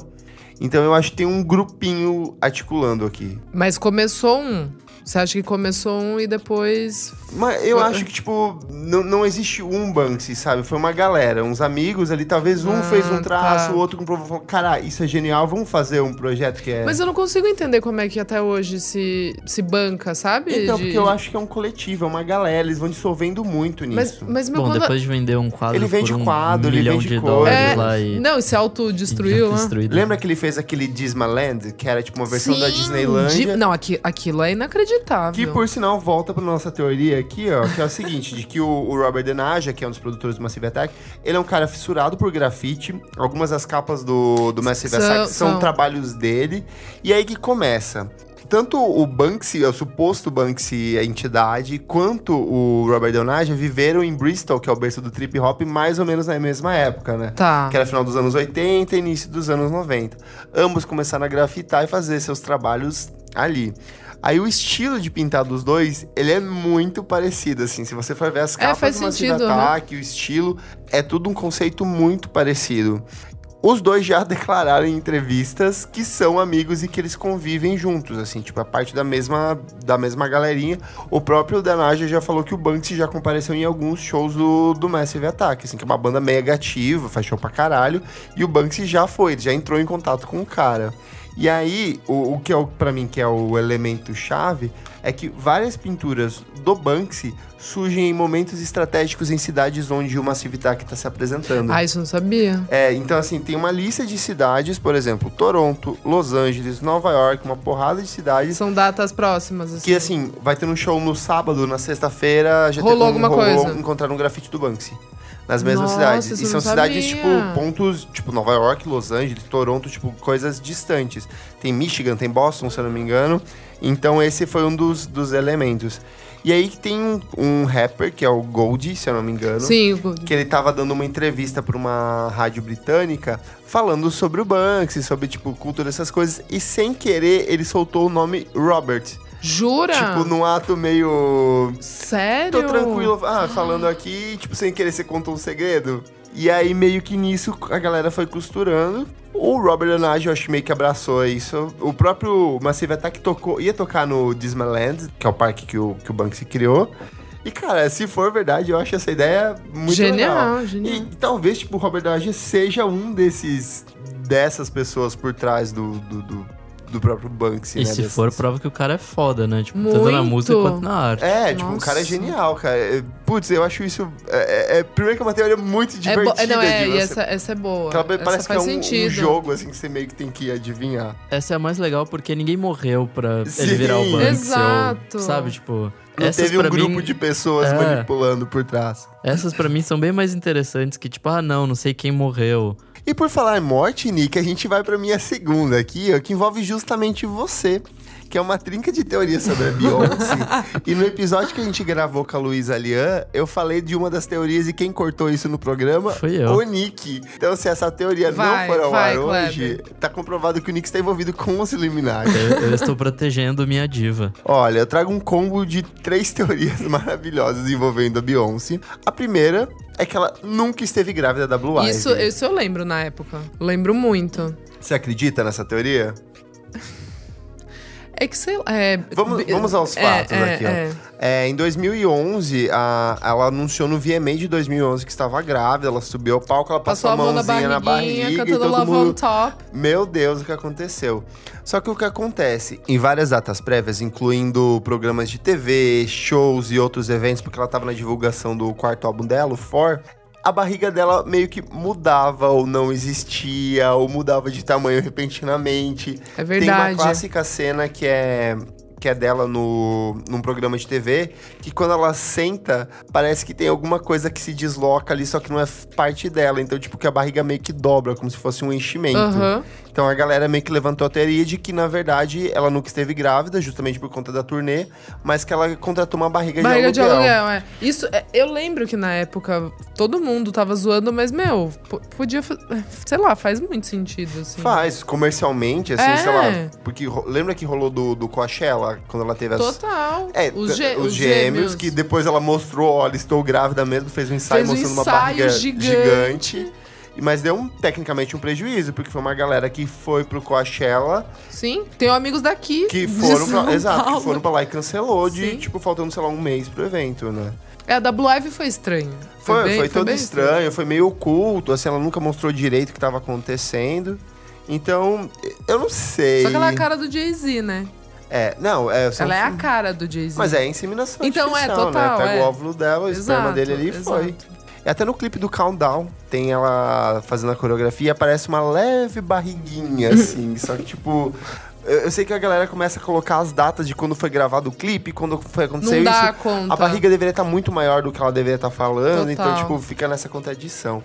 S1: Então eu acho que tem um grupinho articulando aqui.
S2: Mas começou um. Você acha que começou um e depois.
S1: Mas eu
S2: Foi-
S1: acho que, tipo, não, não existe um Banksy, sabe? Foi uma galera, uns amigos ali. Talvez um
S2: Ah,
S1: fez um traço,
S2: tá.
S1: o outro comprovou. falou, Cara, isso é genial, vamos fazer um projeto que é.
S2: Mas eu não consigo entender como é que até hoje se, se banca, sabe?
S1: Então,
S2: De-
S1: porque eu acho que é um coletivo, é uma galera, eles vão dissolvendo muito
S2: Mas,
S1: nisso.
S2: mas meu
S3: Bom,
S2: quando.
S3: depois de vender um quadro
S1: Ele vende
S3: por um
S1: quadro, ele
S3: milhão
S1: vende
S3: de
S1: coisa.
S3: dólares
S2: É,
S3: lá e...
S2: Não, e se autodestruiu, né?
S3: destruído.
S1: Lembra que ele fez aquele Dismaland, que era tipo uma versão da
S2: Sim,
S1: Disneylandia?
S2: de- Não, aqui, aquilo é inacreditável.
S1: Que por sinal volta pra nossa teoria aqui, ó, que é o seguinte: de que o, o Robert Denaja, que é um dos produtores do Massive Attack, ele é um cara fissurado por grafite. Algumas das capas do, do Massive
S2: São-
S1: Attack são,
S2: são.
S1: trabalhos dele. E aí que começa. Tanto o Banksy, o suposto Banksy, a entidade, quanto o Robert Denaja viveram em Bristol, que é o berço do trip hop, mais ou menos na mesma época, né?
S2: Tá.
S1: que era final dos anos 80 e início dos anos 90. Ambos começaram a grafitar e fazer seus trabalhos ali. Aí o estilo de pintar dos dois, ele é muito parecido, assim. Se você for ver as capas
S2: faz
S1: do Massive
S2: sentido, né?
S1: Attack, o estilo, é tudo um conceito muito parecido. Os dois já declararam em entrevistas que são amigos e que eles convivem juntos, assim, tipo, a parte da mesma, da mesma galerinha. O próprio Danaja já falou que o Banksy já compareceu em alguns shows do, do Massive Attack, assim, que é uma banda mega ativa, faz show pra caralho. E o Banksy já foi, ele já entrou em contato com o cara. E aí, o, o que é o- pra mim que é o elemento chave é que várias pinturas do Banksy surgem em momentos estratégicos em cidades onde o Massive Attack está se apresentando.
S2: Ah, isso eu não sabia.
S1: É, então assim, tem uma lista de cidades, por exemplo, Toronto, Los Angeles, Nova York, uma porrada de cidades
S2: São datas próximas, assim.
S1: que assim, vai ter um show no sábado, na sexta-feira, já
S2: Rolou
S1: teve um,
S2: alguma coisa.
S1: encontrar um grafite do Banksy. Nas mesmas
S2: Nossa,
S1: cidades.
S2: isso
S1: E
S2: eu
S1: são
S2: não
S1: cidades,
S2: sabia.
S1: tipo, pontos, tipo, Nova York, Los Angeles, Toronto, tipo, coisas distantes. Tem Michigan, tem Boston, se eu não me engano. Então esse foi um dos, dos elementos. E aí que tem um, um rapper, que é o Gold, se eu não me engano
S2: Sim, o-
S1: que ele tava dando uma entrevista pra uma rádio britânica falando sobre o Banksy, sobre, tipo, cultura, essas coisas, e sem querer ele soltou o nome Robert.
S2: jura?
S1: Tipo, num ato meio.
S2: Sério?
S1: Tô tranquilo, ah, falando aqui, tipo, sem querer você contou um segredo. E aí, meio que nisso, a galera foi costurando. O Robert Leonard, eu acho que meio que abraçou isso. O próprio Massive Attack tocou, ia tocar no Disneyland, que é o parque que o, que o Banksy criou. E, cara, se for verdade, eu acho essa ideia muito legal.
S2: genial,
S1: E
S2: genial.
S1: talvez, tipo, o Robert Downey seja um desses... Dessas pessoas por trás do, do, do, do próprio Banksy, né?
S3: E se
S1: Dessas-
S3: for, prova que o cara é foda, né? Tipo, tanto na
S2: Muito.
S3: música quanto na arte.
S1: É, tipo, o
S2: Nossa.
S1: cara é genial, cara. É, Putz, eu acho isso... É, é- é- primeiro que é uma teoria muito
S2: É bo-
S1: divertida
S2: é, não, é,
S1: de
S2: e
S1: você...
S2: essa, essa é boa.
S1: Ela
S2: Essa
S1: parece que é
S2: faz
S1: um- um,
S2: sentido.
S1: jogo, assim, que você meio que tem que adivinhar.
S3: Essa é a mais legal porque ninguém morreu pra ele
S1: Sim.
S3: virar o Banksy.
S2: Exato.
S3: Ou, sabe, tipo...
S1: Não
S3: essas
S1: teve um
S3: pra
S1: grupo
S3: mim,
S1: de pessoas
S3: É.
S1: manipulando por trás.
S3: Essas pra mim são bem mais interessantes que tipo, ah não, não sei quem morreu.
S1: E por falar em morte, Nick, a gente vai pra minha segunda aqui, ó, que envolve justamente você, que é uma trinca de teorias sobre a Beyoncé. e no episódio que a gente gravou com a Luísa Alian, eu falei de uma das teorias e quem cortou isso no programa?
S3: Fui eu.
S1: O Nick. Então, se essa teoria
S2: Vai,
S1: não for ao
S2: vai,
S1: ar hoje, tá comprovado que o Nick está envolvido com os liminares.
S2: É.
S3: Eu, eu estou protegendo minha diva.
S1: Olha, eu trago um combo de três teorias maravilhosas envolvendo a Beyoncé. A primeira é que ela nunca esteve grávida da Blue
S2: Isso,
S1: Ivy.
S2: isso eu lembro na época. Lembro muito.
S1: Você acredita nessa teoria?
S2: É que sei lá. é-
S1: Vamos- vamos aos
S2: é,
S1: fatos
S2: é,
S1: aqui, ó.
S2: é.
S1: É, em 2011, a- ela anunciou no VMA de 2011 que estava grávida, ela subiu ao palco, ela passou,
S2: Passou a mão na
S1: mãozinha
S2: barriguinha,
S1: na barriga, e
S2: cantando
S1: todo
S2: Love on
S1: mundo...
S2: Top. É
S1: Meu Deus, o que aconteceu? Só que o que acontece, em várias datas prévias, incluindo programas de TV, shows e outros eventos, porque ela estava na divulgação do quarto álbum dela, o For, a barriga dela meio que mudava ou não existia, ou mudava de tamanho repentinamente.
S2: É
S1: Tem uma
S2: verdade.
S1: clássica cena que é que é dela no, num programa de TV, que quando ela senta, parece que tem alguma coisa que se desloca ali, só que não é f- parte dela. Então, tipo, que a barriga meio que dobra, como se fosse um enchimento.
S2: Aham.
S1: Então a galera meio que levantou a teoria de que, na verdade, ela nunca esteve grávida, justamente por conta da turnê, mas que ela contratou uma barriga,
S2: Barriga
S1: de aluguel.
S2: é. Isso, é, eu lembro que na época todo mundo tava zoando, mas, meu, po- podia. fa- é, Sei lá, faz muito sentido, assim.
S1: Faz, comercialmente, assim,
S2: É.
S1: sei lá. Porque ro- lembra que rolou do, do Coachella, quando ela teve as,
S2: Total.
S1: É,
S2: os,
S1: t-
S2: ge-
S1: os
S2: os
S1: gêmeos, que depois ela mostrou, olha, estou grávida mesmo, fez um ensaio
S2: Fez um
S1: mostrando uma
S2: ensaio
S1: barriga
S2: gigante.
S1: gigante. E- Mas deu um- tecnicamente um prejuízo, porque foi uma galera que foi pro Coachella,
S2: Sim, tenho amigos daqui.
S1: que
S2: de
S1: foram
S2: São
S1: pra, exato, que
S2: Paulo.
S1: foram pra lá e cancelou de,
S2: Sim.
S1: tipo, faltando, sei lá, um mês pro evento, né?
S2: É, a da Blue Ivy foi estranho.
S1: Foi, foi,
S2: bem-
S1: todo
S2: bem
S1: estranho, foi meio oculto, assim, ela nunca mostrou direito o que tava acontecendo. Então, eu não sei.
S2: Só que ela é a cara do Jay-Z, né?
S1: É, não, é. são-
S2: Ela é a cara do Jay-Z.
S1: Mas é inseminação.
S2: Então, é,
S1: artificial,
S2: total,
S1: Né? Pega
S2: é.
S1: o óvulo dela, o esperma dele ali e foi. E até no clipe do Countdown, tem ela fazendo a coreografia e aparece uma leve barriguinha, assim. só que, tipo. Eu eu sei que a galera começa a colocar as datas de quando foi gravado o clipe, quando foi
S2: Não
S1: aconteceu
S2: dá
S1: isso.
S2: conta.
S1: A barriga deveria estar muito maior do que ela deveria estar falando, então,
S2: Total.
S1: tipo, fica nessa contradição.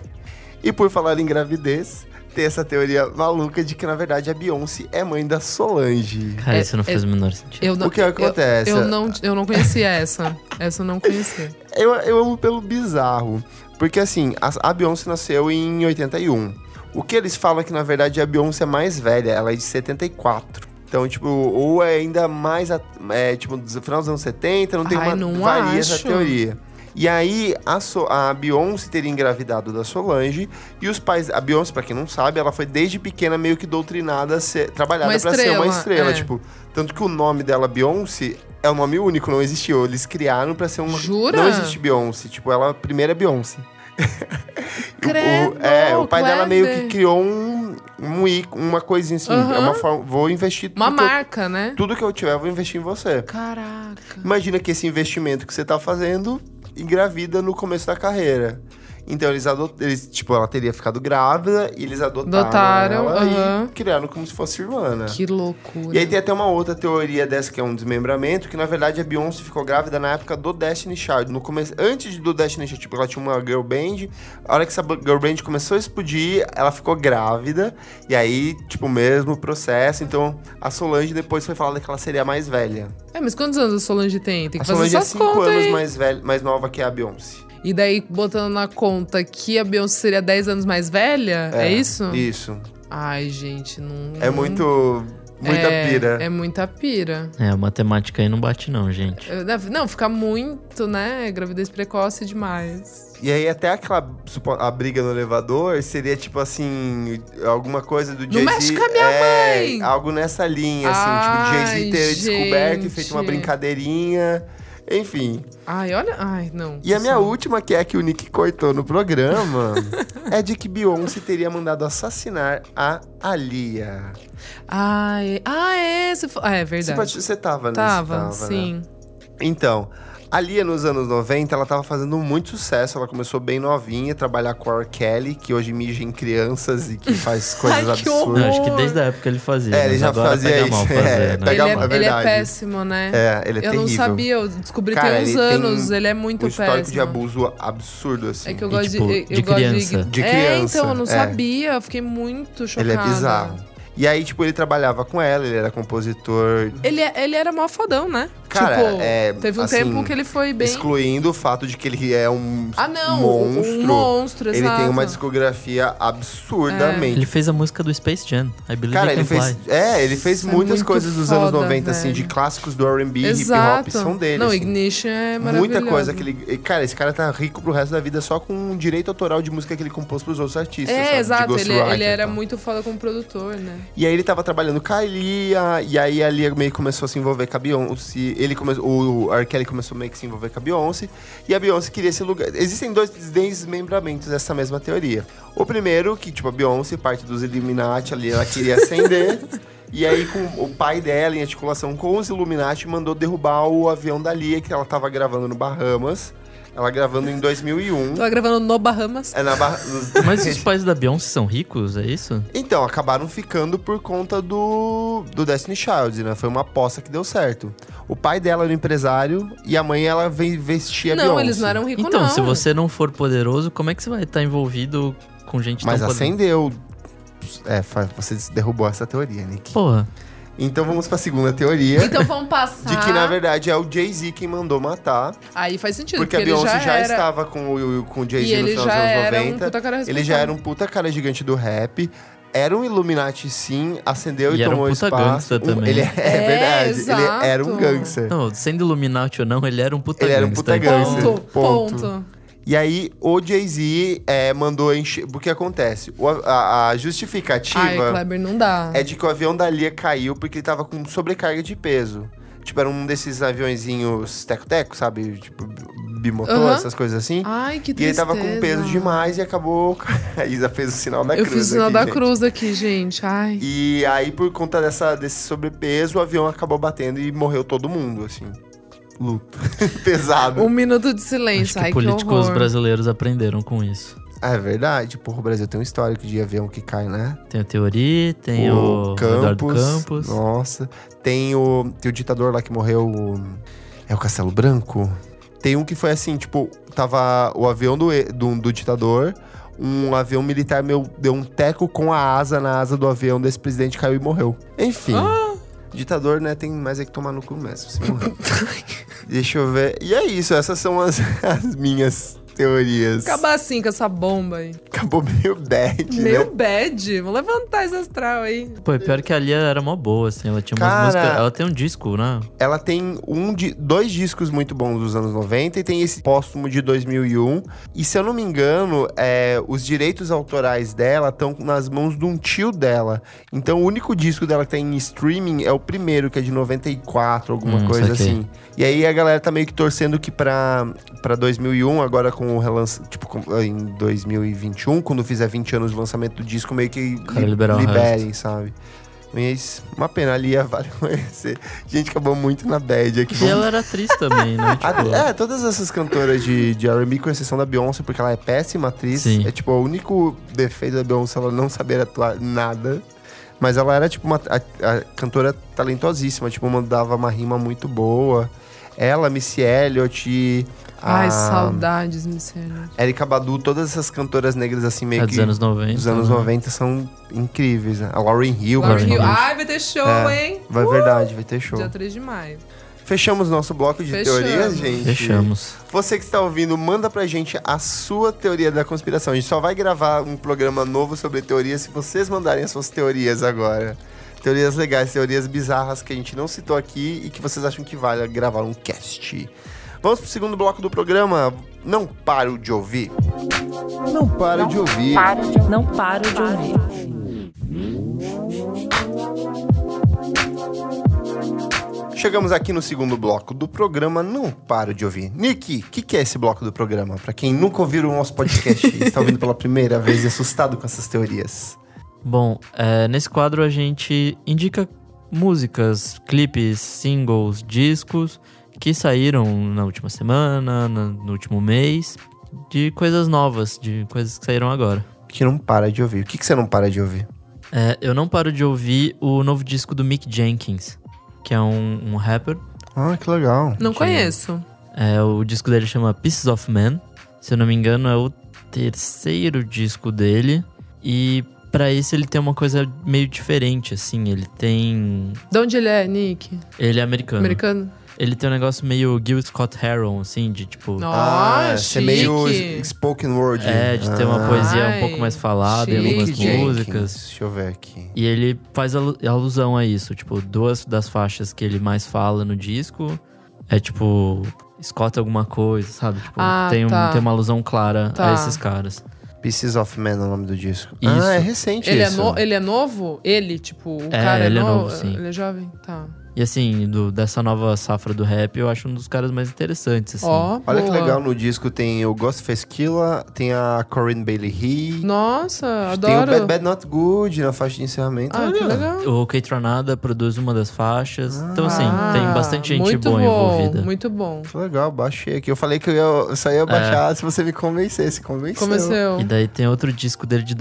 S1: E por falar em gravidez, tem essa teoria maluca de que, na verdade, a Beyoncé é mãe da Solange.
S3: Cara,
S2: É,
S3: isso não
S2: é-
S3: fez o menor sentido.
S2: Eu não,
S1: O que acontece?
S2: Eu, eu não, eu não conhecia essa. Essa eu não conhecia.
S1: Eu, eu amo pelo bizarro. Porque assim, a, a Beyoncé nasceu em 81. O que eles falam é que, na verdade, a Beyoncé é mais velha, ela é de 74. Então, tipo, ou é ainda mais. a- É, tipo, do final dos anos 70, não tem
S2: Ai,
S1: uma.
S2: não
S1: varia essa
S2: acho.
S1: teoria. E aí, a, So- a Beyoncé teria engravidado da Solange. E os pais. A Beyoncé, pra quem não sabe, ela foi desde pequena meio que doutrinada a ser. trabalhada
S2: Uma
S1: pra ser uma
S2: estrela,
S1: estrela.
S2: é.
S1: Tipo, tanto que o nome dela, Beyoncé, é um nome único, não existiu. Eles criaram pra ser uma.
S2: Jura?
S1: Não existe Beyoncé. Tipo, ela primeiro é Beyoncé. O- o-
S2: Credo,
S1: é, o pai dela meio que
S2: Kleber.
S1: criou um, um ícone, uma coisinha assim.
S2: Aham.
S1: É uma forma. Vou investir tudo,
S2: Uma
S1: que eu-
S2: marca, né?
S1: tudo que eu tiver, eu vou investir em você.
S2: Caraca.
S1: Imagina que esse investimento que você tá fazendo engravida no começo da carreira. Então eles adotaram. Eles, tipo, ela teria ficado grávida e eles adotaram,
S2: Adotaram,
S1: ela
S2: aham.
S1: e criaram como se fosse irmã, né?
S2: Que loucura.
S1: E aí tem até uma outra teoria dessa que é um desmembramento, que na verdade a Beyoncé ficou grávida na época do Destiny Child. No começo, antes do Destiny Child, tipo, ela tinha uma girl band. A hora que essa girl band começou a explodir, ela ficou grávida. E aí, tipo, o mesmo processo. Então, a Solange depois foi falada que ela seria a mais velha.
S2: É, mas quantos anos a Solange tem? Tem
S1: A
S2: que fazer
S1: Solange é
S2: suas
S1: 5
S2: contas
S1: anos
S2: aí.
S1: mais, velha, mais nova que a Beyoncé.
S2: E daí, botando na conta que a Beyoncé seria 10 anos mais velha? É, isso?
S1: Isso.
S2: Ai, gente, não.
S1: É muito. Muita
S2: Uhum. é,
S1: pira.
S2: É muita pira.
S3: É, a matemática aí não bate, não, gente.
S2: Eu- deve- Não, fica muito, né? Gravidez precoce demais.
S1: E aí, até aquela supo- a briga no elevador seria tipo assim: alguma coisa do Jay-Z.
S2: mexe com a minha
S1: é,
S2: mãe!
S1: Algo nessa linha, assim.
S2: Ai,
S1: tipo, Jay-Z ter
S2: gente.
S1: descoberto e feito uma brincadeirinha. Enfim.
S2: Ai, olha. Ai, não.
S1: E a minha
S2: Só-
S1: última, que é a que o Nick cortou no programa, é de que Beyoncé teria mandado assassinar a Alia.
S2: Ai, ah, é. Você... fa- Ah,
S1: Você,
S2: é verdade.
S1: pode- você tava nisso?
S2: Tava,
S1: né?
S2: sim.
S1: Então, a Lia nos anos 90, ela tava fazendo muito sucesso. Ela começou bem novinha, a trabalhar com a R. Kelly, que hoje mija em crianças e que faz coisas
S2: Ai, que
S1: absurdas.
S3: Não,
S2: horror.
S3: acho que desde a época ele fazia.
S1: É, ele
S3: mas
S1: já
S3: agora
S1: fazia
S3: pega
S1: isso,
S3: Mal
S1: é,
S3: fazer, né?
S1: pega
S2: Ele,
S1: mal.
S2: é, ele é
S1: verdade.
S2: péssimo, né?
S1: É, ele é
S2: eu
S1: terrível.
S2: não sabia, eu descobri
S1: Cara,
S2: tem uns
S1: ele tem
S2: anos, ele é muito
S1: Um histórico
S2: péssimo.
S1: de abuso absurdo, assim.
S2: É que eu
S3: E,
S2: gosto
S3: tipo,
S2: de. Eu,
S3: de
S2: eu gosto
S3: criança.
S1: De
S2: É,
S1: criança,
S2: então, eu não
S1: é.
S2: sabia. Eu fiquei muito chocada.
S1: Ele é bizarro. E aí, tipo, ele trabalhava com ela, ele era compositor.
S2: Ele, é- ele era mó fodão, né?
S1: Cara,
S2: tipo,
S1: é,
S2: teve um
S1: assim,
S2: tempo que ele foi bem.
S1: Excluindo o fato de que ele é um
S2: Ah, não!
S1: monstro.
S2: Um monstro,
S1: ele
S2: exato. É.
S1: tem uma discografia absurdamente
S3: Ele fez a música do Space Jam, I Believe
S1: Cara,
S3: I Can
S1: ele fez.
S3: Fly.
S1: É, ele fez
S2: Isso é
S1: muitas
S2: muito
S1: coisas dos anos
S2: foda,
S1: 90, assim,
S2: velho.
S1: de clássicos do RB, hip hop,
S2: Exato.
S1: são dele.
S2: Não,
S1: assim.
S2: Ignition é maravilhoso.
S1: Muita coisa que ele. e, Cara, esse cara tá rico pro resto da vida só com um direito autoral de música que ele compôs pros outros artistas. sabe?
S2: É,
S1: De
S2: exato. Ele,
S1: ghostwriter
S2: ele
S1: e
S2: era
S1: tal.
S2: muito foda como produtor, né?
S1: E aí ele tava trabalhando com a Lia, e aí a Lia meio que começou a se envolver com a Beyoncé. Ele come... O R. Kelly começou meio que se envolver com a Beyoncé. E a Beyoncé queria esse lugar. Existem dois desmembramentos dessa mesma teoria. O primeiro, que tipo, a Beyoncé, parte dos Illuminati ali, ela queria ascender. E aí, com o pai dela, em articulação com os Illuminati, mandou derrubar o avião da Lia, que ela tava gravando no Bahamas. Ela gravando em 2001.
S2: Tava gravando no Bahamas.
S1: É na Barra... nos-
S3: Mas os pais da Beyoncé são ricos, é isso?
S1: Então, acabaram ficando por conta do, do Destiny Child, né? Foi uma aposta que deu certo. O pai dela era um empresário e a mãe ela ve- vestia
S2: não,
S1: Beyoncé.
S2: eles não eram ricos,
S3: então,
S2: não.
S3: se você não for poderoso, como é que você vai estar envolvido com gente
S1: Mas
S3: tão poderosa?
S1: acendeu. É, fa- você derrubou essa teoria, Nick.
S3: Porra,
S1: Então vamos pra segunda teoria.
S2: Então vamos passar.
S1: De que, na verdade, é o Jay-Z quem mandou matar.
S2: Aí faz sentido,
S1: Porque
S2: porque,
S1: a
S2: ele
S1: Beyoncé já,
S2: era...
S1: estava com o, com o
S2: E
S1: Jay-Z no
S2: ele
S1: final dos
S2: já era
S1: anos
S2: um
S1: 90.
S2: puta cara
S1: ele já
S2: respeitado.
S1: era um puta cara gigante do rap. Era um Illuminati, sim, acendeu e,
S3: E era um
S1: tomou
S3: puta
S1: espaço.
S3: gangsta também.
S1: Ele é,
S2: É,
S1: verdade.
S2: exato.
S1: Ele era um gangster.
S3: não, sendo Illuminati ou não, ele era um puta
S1: Ele era um
S3: gangsta,
S1: puta
S3: então-
S1: gangster.
S2: Ponto,
S1: Ponto.
S2: ponto.
S1: E aí, o Jay-Z é, mandou encher. Porque acontece? O- a, a
S2: Ai,
S1: justificativa
S2: Kleber, não dá.
S1: é de que o avião da Lia caiu porque ele tava com sobrecarga de peso. Tipo, era um desses aviõezinhos teco-teco, sabe? Tipo, bimotor,
S2: Aham.
S1: essas coisas assim.
S2: Ai, que
S1: e ele
S2: tristeza.
S1: tava com peso demais e acabou. A Isa fez o sinal da
S2: Eu
S1: cruz.
S2: fiz o sinal
S1: aqui,
S2: da
S1: gente.
S2: cruz aqui, gente. Ai.
S1: E aí, por conta dessa, desse sobrepeso, o avião acabou batendo e morreu todo mundo, assim. Luto. Pesado.
S2: Um minuto de
S3: Acho
S2: silêncio.
S3: que é
S2: Ai, que
S3: políticos
S2: horror.
S3: brasileiros aprenderam com isso.
S1: Ah, é verdade. Porra, o Brasil tem um histórico de avião que cai, né?
S3: Tem o Teori, tem o, Eduardo Campos.
S1: Nossa. Tem o, tem o ditador lá que morreu. o- É o Castelo Branco? Tem um que foi assim, tipo, tava o avião do, e- do, do ditador. Um avião militar meu deu um teco com a asa na asa do avião desse presidente, caiu e morreu. Enfim.
S3: Ah!
S1: Ditador, né, tem mais é que tomar no cu mesmo, se morrer. Deixa eu ver. E é isso, essas são as, as minhas teorias.
S2: Acabar assim com essa bomba aí.
S1: Acabou meio bad, né?
S2: Meu bad. Vamos levantar esse astral aí.
S3: Pô, é pior que a Lia era mó boa, assim. Ela tinha umas
S1: Cara.
S3: músicas. Ela tem um disco, né?
S1: Ela tem um de, dois discos muito bons dos anos 90 e tem esse póstumo de 2001. E se eu não me engano, é, os direitos autorais dela estão nas mãos de um tio dela. Então o único disco dela que tem em streaming é o primeiro, que é de 94, alguma
S3: Hum,
S1: coisa
S3: saquei.
S1: assim. E aí a galera tá meio que torcendo que pra, pra 2001, agora com com o relance, tipo, com- em 2021, quando fizer 20 anos do lançamento do disco, meio que
S3: Cara,
S1: li-
S3: liberar o
S1: liberem, sabe? Mas uma pena ali, a Vale conhecer. Gente, acabou muito na bad aqui.
S3: E ela era atriz também, né?
S1: A-
S3: Tipo,
S1: é, todas essas cantoras de, de R&B, com exceção da Beyoncé, porque ela é péssima atriz.
S3: Sim.
S1: É tipo, o único defeito da Beyoncé é ela não saber atuar nada. Mas ela era, tipo, uma a- a cantora talentosíssima. Tipo, mandava uma rima muito boa. Ela, Missy Elliott... A
S2: Ai, saudades, Micelle.
S1: Erika Badu, todas essas cantoras negras, assim, meio
S3: é
S1: que...
S3: dos anos 90.
S1: dos anos
S3: né?
S1: 90 são incríveis. né? A Lauryn Hill,
S2: Lauryn
S1: por
S2: Hill.
S1: exemplo.
S2: Ai, vai ter show,
S1: É.
S3: ah,
S2: hein?
S1: Vai, verdade, vai ter show.
S2: Dia 3 de maio.
S1: Fechamos nosso bloco de
S2: Fechamos.
S1: teorias, gente.
S3: Fechamos.
S1: Você que está ouvindo, manda pra gente a sua teoria da conspiração. A gente só vai gravar um programa novo sobre teorias se vocês mandarem as suas teorias agora. Teorias legais, teorias bizarras que a gente não citou aqui e que vocês acham que vale gravar um cast. Vamos pro segundo bloco do programa. Não paro de ouvir. Não paro de ouvir.
S4: Não paro de ouvir.
S1: Chegamos aqui no segundo bloco do programa Não Paro de Ouvir. Nick, o que, que é esse bloco do programa? Pra quem nunca ouviu o nosso podcast e está ouvindo pela primeira vez e assustado com essas teorias.
S3: Bom, é, nesse quadro a gente indica músicas, clipes, singles, discos que saíram na última semana, na- no último mês, de coisas novas, de coisas que saíram agora.
S1: Que não para de ouvir. O que, que você não para de ouvir?
S3: É, eu não paro de ouvir o novo disco do Mick Jenkins, que é um, um rapper.
S1: Ah, que legal.
S2: Não
S3: Gente.
S2: conheço.
S3: É, o disco dele chama Pieces of Man. Se eu não me engano, é o terceiro disco dele. E pra esse ele tem uma coisa meio diferente, assim. Ele tem.
S2: De onde ele é, Nick?
S3: Ele é
S1: Ah.
S3: americano.
S2: Americano?
S3: Ele tem um negócio meio Gil Scott Heron, assim, de tipo.
S2: Ah,
S1: esse
S2: chique.
S1: é meio s- spoken word.
S3: É, de ter uma
S1: Ah,
S3: poesia um
S2: Ai,
S3: pouco mais falada em
S2: chique.
S3: algumas
S1: Nick Jenkins.
S3: músicas.
S1: Deixa eu ver aqui.
S3: E ele faz alu- alusão a isso. Tipo, duas das faixas que ele mais fala no disco é tipo. Escota alguma coisa, sabe? Tipo,
S2: Ah,
S3: tem, um-
S2: tá.
S3: tem uma alusão clara
S2: Tá.
S3: a esses caras.
S1: Pieces of Man é o nome do disco.
S3: Isso.
S1: Ah, é recente
S2: Ele é,
S1: isso.
S2: no- ele é novo? Ele, tipo, o
S3: É,
S2: cara
S3: ele
S2: é
S3: é
S2: novo?
S3: novo, sim.
S2: Ele é jovem? Tá.
S3: E assim, do- dessa nova safra do rap, eu acho um dos caras mais interessantes, assim.
S2: Ó,
S1: Olha
S2: boa.
S1: que legal, no disco tem o Ghostface Killah, tem a Corinne Bailey He,
S2: Nossa,
S1: tem o
S2: adoro.
S1: Bad Bad Not Good na faixa de encerramento.
S2: Ah, que
S1: Olha.
S2: legal.
S3: O Keitronada produz uma das faixas. então, assim,
S2: Ah,
S3: tem bastante gente
S2: muito bom,
S3: boa envolvida.
S2: Muito bom.
S1: Que legal, baixei aqui. Eu falei que eu, ia, eu só
S3: É.
S1: ia baixar se você me convencesse. Convenceu.
S2: Comeceu.
S3: E daí tem outro disco dele de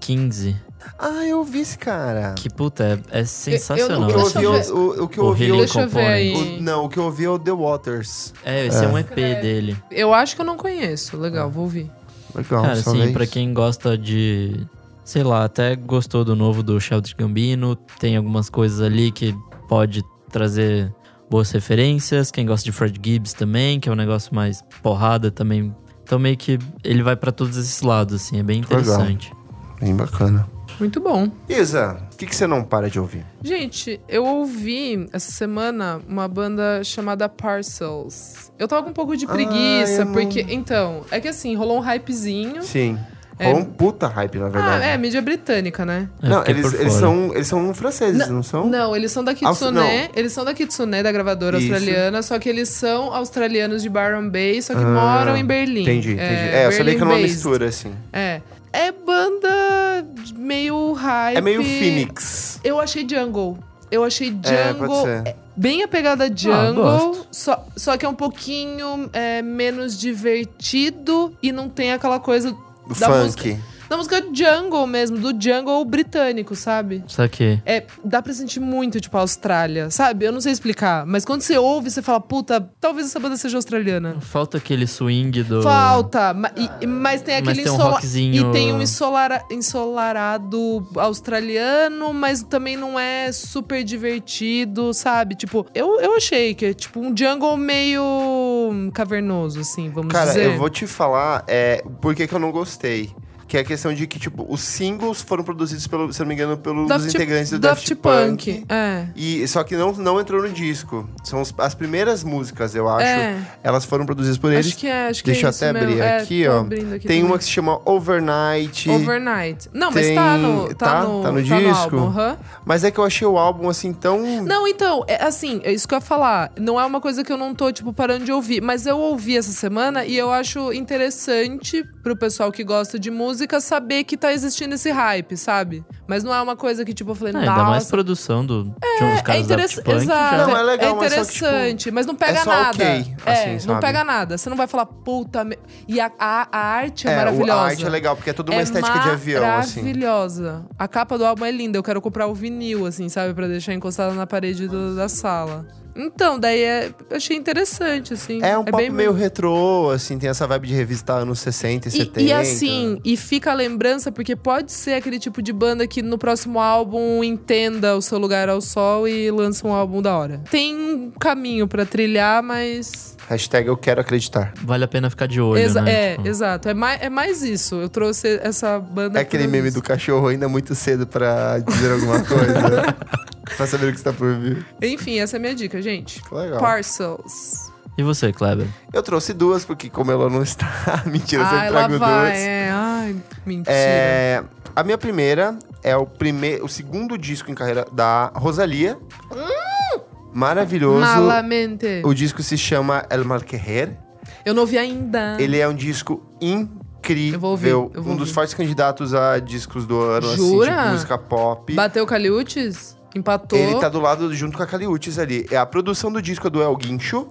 S3: 2015,
S1: Ah, eu ouvi esse cara.
S3: que, puta, é, é sensacional.
S1: O que eu
S2: Deixa
S1: ouvi,
S2: eu
S1: é
S2: ver.
S1: o, o, o que eu
S3: O
S1: ouvi é o-
S3: Healing
S2: Deixa eu ver aí.
S3: Component.
S1: o- Não, o que eu ouvi é o The Waters.
S3: É, esse é, um EP dele.
S2: Eu acho que eu não conheço. Legal, vou ouvir.
S1: Legal,
S3: Cara,
S1: só
S3: assim,
S1: veio
S3: pra
S1: isso.
S3: quem gosta de. Sei lá, até gostou do novo do Sheldon Gambino, tem algumas coisas ali que pode trazer boas referências. Quem gosta de Fred Gibbs também, que é um negócio mais porrada também. Então meio que ele vai pra todos esses lados, assim, é bem
S1: Legal.
S3: interessante.
S1: Bem bacana.
S2: Muito bom.
S1: Isa, o que, que você não para de ouvir?
S2: Gente, eu ouvi essa semana uma banda chamada Parcels. Eu tava com um pouco de
S1: Ah,
S2: preguiça,
S1: eu não-
S2: porque. Então, é que assim, rolou um hypezinho.
S1: Sim.
S2: É.
S1: Rolou um puta hype, na
S2: Ah,
S1: verdade.
S2: é, mídia britânica, né?
S3: Eu
S1: Não,
S3: fiquei
S1: eles,
S3: por
S1: eles,
S3: fora.
S1: são, eles são franceses, não, são?
S2: Não, eles são da
S1: não.
S2: Kitsune. Eles são da Kitsune, da gravadora
S1: Isso.
S2: australiana, só que eles são australianos de Byron Bay, só que
S1: Ah,
S2: moram em Berlim.
S1: Entendi, entendi. É, eu falei que é uma
S2: Berlin-based.
S1: mistura, assim.
S2: É. É banda de- meio hype.
S1: É meio Phoenix.
S2: Eu achei Jungle. Eu achei
S1: É, pode
S2: Jungle
S1: ser.
S2: bem a pegada Jungle,
S3: gosto.
S2: só, só que é um pouquinho é, menos divertido e não tem aquela coisa
S1: Do
S2: da música,
S1: funk.
S2: da música Jungle mesmo, do Jungle britânico, sabe?
S3: Saquei.
S2: É, dá pra sentir muito, tipo, a Austrália, sabe? Eu não sei explicar, mas quando você ouve, você fala, puta, talvez essa banda seja australiana.
S3: Falta aquele swing do.
S2: Falta, ma- e- e- mas tem
S3: Mas
S2: aquele
S3: tem um
S2: ensola-
S3: rockzinho.
S2: E tem um ensolara- ensolarado australiano, mas também não é super divertido, sabe? Tipo, eu, eu achei que é tipo um jungle meio cavernoso, assim, vamos
S1: Cara,
S2: dizer.
S1: eu vou te falar é, por que, que eu não gostei. Que é a questão de que, tipo, os singles foram produzidos, pelo, se eu não me engano, pelos
S2: Daft-
S1: um integrantes do
S2: Daft Punk. É.
S1: E, só que não, não entrou no disco. São os- as primeiras músicas, eu acho.
S2: É.
S1: Elas foram produzidas por eles.
S2: Acho que é, acho que
S1: Deixa
S2: é
S1: eu
S2: isso
S1: até
S2: mesmo.
S1: abrir
S2: É,
S1: aqui,
S2: tô
S1: ó.
S2: abrindo aqui
S1: Tem
S2: também.
S1: uma que se chama Overnight.
S2: Overnight. Não, mas
S1: Tem-
S2: tá no. Tá,
S1: tá?
S2: no,
S1: Tá no disco?
S2: álbum, aham.
S1: Mas é que eu achei o álbum, assim, tão...
S2: Não, então, é assim, é isso que eu ia falar. Não é uma coisa que eu não tô, tipo, parando de ouvir. Mas eu ouvi essa semana e eu acho interessante pro pessoal que gosta de música saber que tá existindo esse hype, sabe? Mas não é uma coisa que, tipo, eu falei,
S3: É,
S2: nossa.
S3: ainda mais produção do, de uns
S2: É
S3: caras da Daft
S2: interessante,
S3: Punk. já-
S2: exato.
S1: Não, é legal, mas só que, tipo,
S2: interessante, mas, não pega
S1: é só
S2: nada.
S1: ok, assim,
S2: é, não
S1: sabe?
S2: pega nada. Você não vai falar, puta. Me... E a, a- a arte é,
S1: É, o-
S2: maravilhosa.
S1: a arte é legal, porque é toda uma
S2: É
S1: estética de avião, assim.
S2: Maravilhosa. A capa do álbum é linda. Eu quero comprar o vinil, assim, sabe? Pra deixar encostado na parede do- da sala. Então, daí é, achei interessante, assim.
S1: É um papo
S2: bem-
S1: meio retrô, assim, tem essa vibe de revisitar anos 60 e,
S2: E-
S1: 70.
S2: E, assim, e fica a lembrança, porque pode ser aquele tipo de banda que no próximo álbum entenda o seu lugar ao sol e lança um álbum da hora. Tem um caminho pra trilhar, mas.
S1: Hashtag eu quero acreditar.
S3: Vale a pena ficar de olho,
S2: Exa-
S3: né?
S2: é,
S3: Tipo,
S2: exato. É mais, é mais isso. Eu trouxe essa banda.
S1: É aquele
S2: por
S1: meme
S2: isso.
S1: do cachorro ainda muito cedo pra dizer alguma coisa. pra saber o que está por vir.
S2: Enfim, essa é a minha dica, gente.
S1: Que Legal.
S2: Parcels.
S3: E você, Kleber?
S1: Eu trouxe duas, porque como ela não está... Mentira, eu
S2: Ai,
S1: sempre
S2: lá
S1: trago
S2: vai,
S1: duas.
S2: é. Ai, mentira.
S1: É, a minha primeira é o, prime... o segundo disco em carreira da Rosalia.
S2: Hum!
S1: Maravilhoso.
S2: Malamente.
S1: O disco se chama El Mal Querer.
S2: Eu não vi ainda.
S1: Ele é um disco incrível.
S2: Ah. Eu vou ouvir, eu vou
S1: um dos
S2: ouvir.
S1: fortes candidatos a discos do ano,
S2: Jura?
S1: assim, tipo música pop.
S2: Bateu o Caliutes? Empatou.
S1: Ele tá do lado, junto com a Caliutes ali. É a produção do disco é do El Guincho.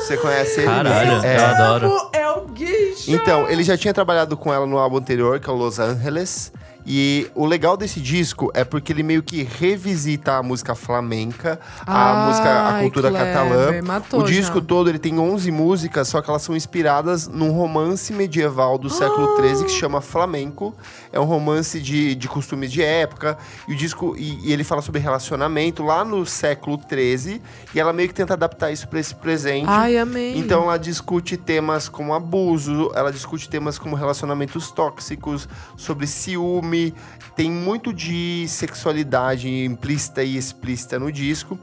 S1: Você conhece ele?
S3: Caralho,
S1: É.
S3: eu adoro.
S2: Como é o guincho?
S1: Então, ele já tinha trabalhado com ela no álbum anterior, que é o Los Angeles. E o legal desse disco é porque ele meio que revisita a música flamenca, a
S2: Ai,
S1: música, a cultura
S2: Kleber,
S1: catalã.
S2: matou
S1: o disco
S2: já.
S1: todo, ele tem 11 músicas, só que elas são inspiradas num romance medieval do século XIII que
S2: Ah!
S1: se chama Flamenco. É um romance de, de costumes de época. E o disco, e, e ele fala sobre relacionamento lá no século XIII. E ela meio que tenta adaptar isso pra esse presente.
S2: Ai, amei.
S1: Então ela discute temas como abuso, ela discute temas como relacionamentos tóxicos, sobre ciúme, tem muito de sexualidade implícita e explícita no disco.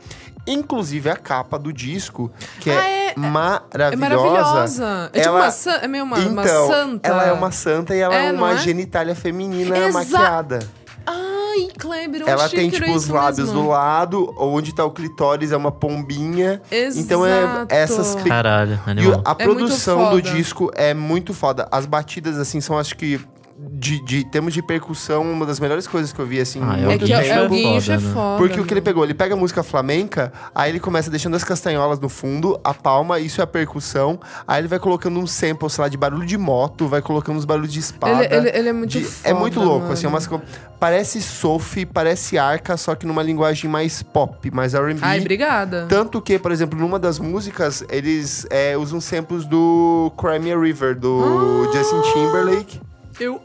S1: Inclusive a capa do disco, que
S2: Ah,
S1: é,
S2: é-
S1: maravilhosa.
S2: é maravilhosa. É tipo
S1: Ela-
S2: uma san- é meio uma,
S1: então,
S2: uma santa.
S1: ela é uma santa e ela é,
S2: É, não
S1: uma
S2: é?
S1: genitália feminina
S2: Exa-
S1: maquiada.
S2: Ai, Kleber, eu
S1: Ela
S2: achei
S1: tem,
S2: que era
S1: tipo, os
S2: isso
S1: lábios
S2: mesmo.
S1: do lado, onde tá o clitóris é uma pombinha.
S2: Exato.
S1: Então é essas pe-
S3: Caralho,
S1: E
S3: animal.
S1: o- a
S2: É
S1: produção
S2: muito
S1: do
S2: foda.
S1: disco é muito foda. As batidas, assim, são acho que. De, de termos de percussão, uma das melhores coisas que eu vi, assim,
S3: Ah,
S1: em
S3: é o
S2: É
S1: muito
S2: que
S3: Guincho
S2: é, é
S1: tempo.
S2: o guincho é
S3: foda, né?
S2: foda.
S1: Porque o que ele
S2: né?
S1: pegou? Ele pega a música flamenca, aí ele começa deixando as castanholas no fundo, a palma, isso é a percussão. Aí ele vai colocando um sample, sei lá, de barulho de moto, vai colocando uns barulhos de espada.
S2: Ele, ele- ele é muito
S1: de-
S2: foda,
S1: é muito louco, assim, é
S2: mano.
S1: umas co- Parece Sophie, parece Arca, só que numa linguagem mais pop, mais R&B.
S2: Ai, obrigada.
S1: Tanto que, por exemplo, numa das músicas, eles é, usam samples do Crimea River, do
S2: Ah!
S1: Justin Timberlake.
S2: Eu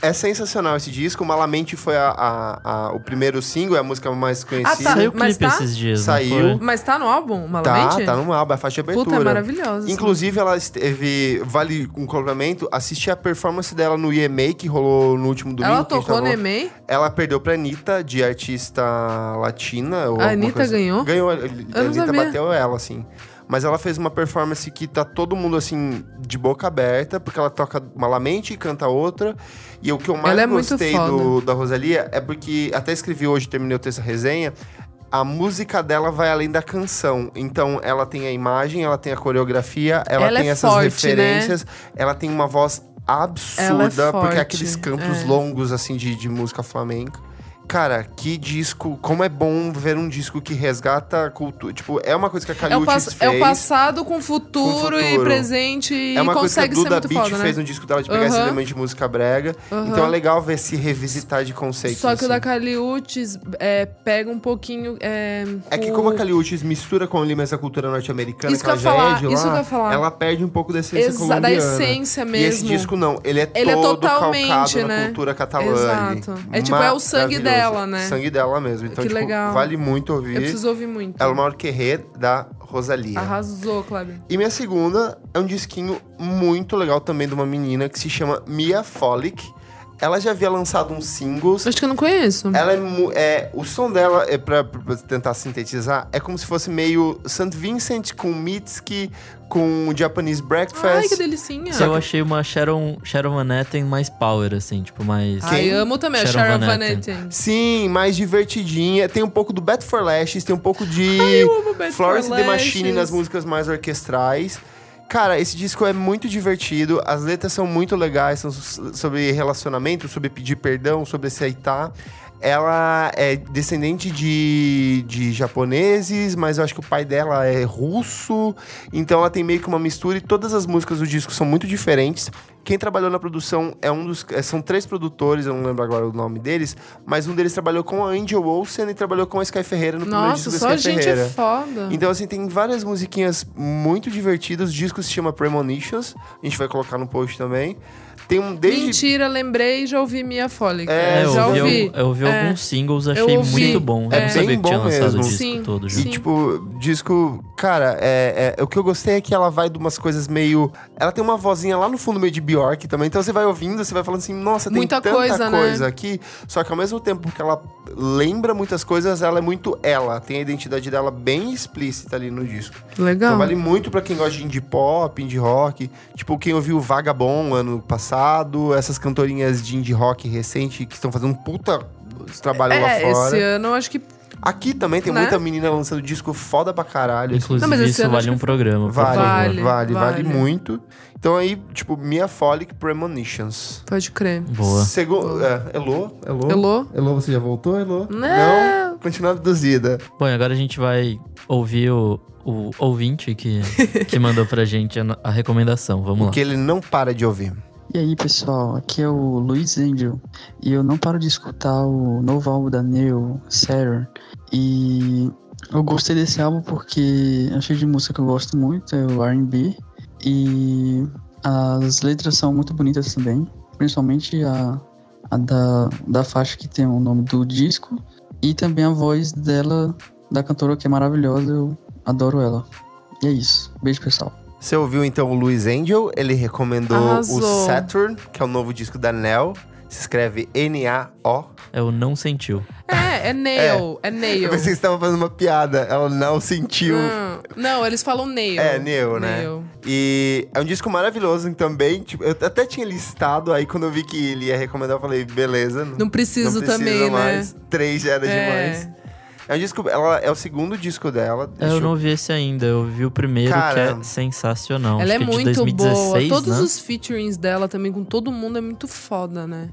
S1: É sensacional esse disco. Malamente foi a- a- a- o primeiro single, é a música mais conhecida.
S2: tá.
S3: Saiu o
S2: Mas
S3: clipe esses dias,
S1: Saiu.
S3: não foi?
S2: Mas tá no álbum,
S1: Tá,
S2: Malamente?
S1: tá numa álbum, é a faixa de abertura.
S2: Puta, é maravilhosa.
S1: Inclusive, ela esteve. Vale um complemento. Assisti a performance dela no EMA, que rolou no último domingo. tá
S2: Ela
S1: que a gente
S2: tocou
S1: tava
S2: no
S1: falando.
S2: EMEI?
S1: Ela perdeu pra Anitta, de artista latina. Ou
S2: A
S1: alguma
S2: Anitta
S1: coisa. assim.
S2: ganhou?
S1: Ganhou. A a
S2: não
S1: Anitta
S2: sabia.
S1: bateu ela, assim. Mas ela fez uma performance que tá todo mundo, assim, de boca aberta, porque ela toca malamente e canta outra. E o que eu mais
S2: Ela é muito
S1: gostei
S2: foda.
S1: do, da Rosalia é porque, até escrevi hoje, terminei o texto da resenha, a música dela vai além da canção. Então, ela tem a imagem, ela tem a coreografia, ela,
S2: Ela é
S1: tem essas
S2: forte, né?
S1: referências, ela tem uma voz
S2: Ela é
S1: absurda, porque
S2: forte,
S1: é aqueles cantos
S2: é.
S1: longos, assim, de, de música flamenca. Cara, que disco. Como é bom ver um disco que resgata a cultura. Tipo, é uma coisa que a
S2: É o,
S1: Caliutes
S2: pas-
S1: fez.
S2: é o passado com futuro, e
S1: futuro.
S2: presente e
S1: É uma coisa que a
S2: consegue ser
S1: Duda
S2: muito
S1: Beat
S2: foda, né?
S1: fez um no disco dela de pegar esse
S2: Aham.
S1: elemento de música brega.
S2: Aham.
S1: Então é legal ver se revisitar de conceitos.
S2: Só que o
S1: assim.
S2: da Caliutes é, pega um pouquinho. É,
S1: É que
S2: o-
S1: como a Caliutes mistura com ali mais a cultura norte-americana,
S2: Isso
S1: que ela
S2: que eu
S1: já
S2: ia falar,
S1: é de lá,
S2: isso que eu ia falar.
S1: ela perde um pouco da essência
S2: Exa- da
S1: colombiana.
S2: essência
S1: E esse
S2: mesmo.
S1: disco não, ele é
S2: Ele é
S1: todo
S2: totalmente,
S1: calcado na
S2: né?
S1: cultura catalã.
S2: Exato.
S1: ali.
S2: É tipo, é o sangue
S1: Maravilhoso.
S2: dela, né?
S1: Sangue dela mesmo. Então,
S2: Que
S1: tipo,
S2: legal.
S1: vale muito ouvir.
S2: Eu preciso ouvir muito.
S1: Ela é uma orquerê da Rosalia.
S2: Arrasou, Cláudio.
S1: E minha segunda é um disquinho muito legal também de uma menina que se chama Mia Folic. Ela já havia lançado uns singles.
S2: Acho que eu não conheço.
S1: Ela é, mu- é- o som dela é para tentar sintetizar é como se fosse meio St. Vincent com Mitski com Japanese
S2: Ai,
S1: Breakfast.
S2: que delicinha.
S3: Eu achei uma Sharon, Sharon Van Etten mais power, assim, tipo, mais...
S2: Ai,
S1: Quem?
S2: amo também. a
S3: Sharon
S2: Sharon
S3: Van
S2: Van Etten.
S1: Sim, mais divertidinha. Tem um pouco do Bat for Lashes, tem um pouco de
S2: amo Bad
S1: Florence
S2: for
S1: and the Machine
S2: Lashes.
S1: nas músicas mais orquestrais. Cara, esse disco é muito divertido, as letras são muito legais, são so- sobre relacionamento, sobre pedir perdão, sobre aceitar. Ela é descendente de, de japoneses, mas eu acho que o pai dela é russo, então ela tem meio que uma mistura e todas as músicas do disco são muito diferentes. Quem trabalhou na produção é um dos. é, São três produtores, eu não lembro agora o nome deles, mas um deles trabalhou com a Angel Olsen e trabalhou com a Sky Ferreira no primeiro
S2: Nossa,
S1: disco da
S2: só
S1: Sky
S2: gente
S1: Ferreira.
S2: foda.
S1: Então, assim, tem várias musiquinhas muito divertidas. O disco se chama Premonitions. A gente vai colocar no post também. Tem um desde.
S2: Mentira, lembrei e já ouvi Mia Fólica.
S1: É,
S3: eu
S2: já
S3: ouvi,
S2: ouvi.
S3: al- eu ouvi
S2: É.
S3: alguns singles, achei
S2: ouvi.
S3: muito bom. Eu
S1: É
S3: não sabia
S1: bem
S3: que tinha
S1: bom
S3: lançado
S1: mesmo.
S3: o disco
S2: Sim,
S3: todo
S1: E,
S3: junto.
S2: sim.
S1: tipo, disco. Cara, é, é- o que eu gostei é que ela vai de umas coisas meio. Ela tem uma vozinha lá no fundo meio de Bjork também. Então você vai ouvindo, você vai falando assim, nossa, tem
S2: Muita
S1: tanta
S2: coisa,
S1: coisa,
S2: né?
S1: aqui. Só que ao mesmo tempo que ela lembra muitas coisas, ela é muito ela. Tem a identidade dela bem explícita ali no disco.
S3: um-
S2: Legal.
S1: Então vale muito pra quem gosta de indie pop, indie rock. Tipo, quem ouviu Vagabond ano passado, essas cantorinhas de indie rock recente que estão fazendo um puta trabalho
S2: é,
S1: lá fora.
S2: esse ano eu acho que.
S1: Aqui também tem
S2: Né?
S1: muita menina lançando disco foda pra caralho. assim.
S3: Inclusive,
S2: Não, mas esse
S3: isso
S2: ano
S3: vale
S2: acho
S3: um
S2: que-
S3: programa, por
S1: Vale,
S3: favor.
S1: vale, vale,
S2: vale.
S1: muito. Então aí, tipo, Mia Folic Premonitions.
S2: Pode crer.
S3: Boa.
S1: Segu é, Elô? Elô?
S2: Elô?
S1: Elô, você já voltou, Elô?
S2: Não.
S1: Continua abduzida.
S3: Bom, e agora a gente vai ouvir o, o ouvinte que, que mandou pra gente a, no- a recomendação. Vamos lá.
S1: Porque ele não para de ouvir.
S5: E aí, pessoal, aqui é o Luiz Angel e eu não paro de escutar o novo álbum da Neil, Saturn. E eu gostei desse álbum porque achei de música que eu gosto muito, é o R&B. E as letras são muito bonitas também, principalmente a, a da, da faixa que tem o nome do disco. E também a voz dela, da cantora, que é maravilhosa, eu adoro ela. E é isso, beijo pessoal.
S1: Você ouviu então o Luiz Angel, ele recomendou
S2: Arrasou.
S1: o Saturn, que é o novo disco da Nel. Se escreve N-A-O.
S3: É o Não Sentiu.
S2: É, é Nail. É,
S1: Eu
S2: Nail.
S1: pensei que você tava fazendo uma piada, ela não sentiu.
S2: Não, não, eles falam Nail.
S1: É, Neil, né?
S2: Nail.
S1: E é um disco maravilhoso também. Tipo, eu até tinha listado, aí quando eu vi que ele ia recomendar, eu falei, beleza.
S2: Não preciso também,
S1: mais.
S2: né?
S1: Três já era
S2: É.
S1: demais. É um disco, ela é o segundo disco dela.
S3: É,
S1: Deixa
S3: eu não vi esse ainda. Eu vi o primeiro, que
S1: Cara,
S3: é sensacional.
S2: Ela é
S3: Acho que
S2: muito
S3: de 2016,
S2: boa. Todos
S3: né?
S2: os featurings dela também com todo mundo é muito foda, né?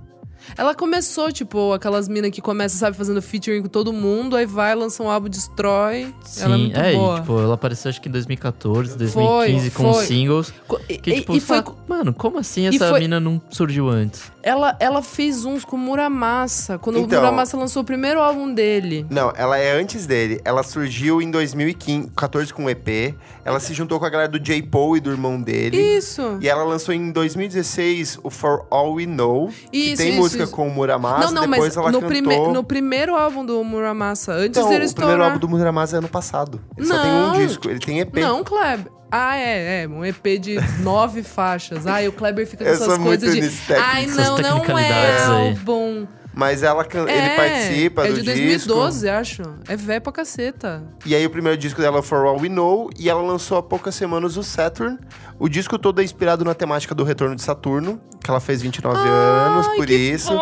S2: Ela começou, tipo, aquelas minas que começa, sabe, fazendo featuring com todo mundo, aí vai, lança um álbum, destrói. ela é
S3: Sim,
S2: muito
S3: é, e,
S2: boa.
S3: tipo, ela apareceu acho que em 2014, 2015 com
S2: foi.
S3: singles.
S2: Co- e,
S3: Que,
S2: e-
S3: tipo,
S2: e foi,
S3: fala, mano, como assim
S2: e
S3: essa
S2: foi-
S3: mina não surgiu antes?
S2: ela, ela fez uns com o Muramassa, quando
S1: Então.
S2: o Muramassa lançou o primeiro álbum dele.
S1: Não, ela é antes dele. Ela surgiu em 2014 com o EP. Ela se juntou com a galera do J. Paul e do irmão dele.
S2: Isso.
S1: E ela lançou em 2016 o For All We Know, que
S2: Isso,
S1: tem
S2: isso,
S1: música
S2: isso.
S1: com o Muramasa,
S2: não, não,
S1: depois
S2: mas
S1: ela
S2: no,
S1: cantou...
S2: prime- no primeiro álbum do Muramassa, antes
S1: Então, o primeiro
S2: dele estourar.
S1: álbum do Muramasa é ano passado. Ele só tem um
S2: Não.
S1: disco, ele tem EP.
S2: Não, Kleber. Ah, é, é. Um EP de nove faixas. Ai, o Kleber fica com
S1: Eu
S2: essas
S1: sou é muito
S2: coisas de.
S1: nisso, técnico.
S2: Ai,
S3: Essas
S2: não, não é
S3: tecnicalidades aí.
S2: álbum.
S1: Mas ela can...
S2: é,
S1: ele participa
S2: É
S1: do
S2: de
S1: disco.
S2: 2012, acho. É velho pra caceta.
S1: E aí o primeiro disco dela é For All We Know, e ela lançou há poucas semanas o Saturn. O disco todo é inspirado na temática do retorno de Saturno, que ela fez 29 anos, por isso.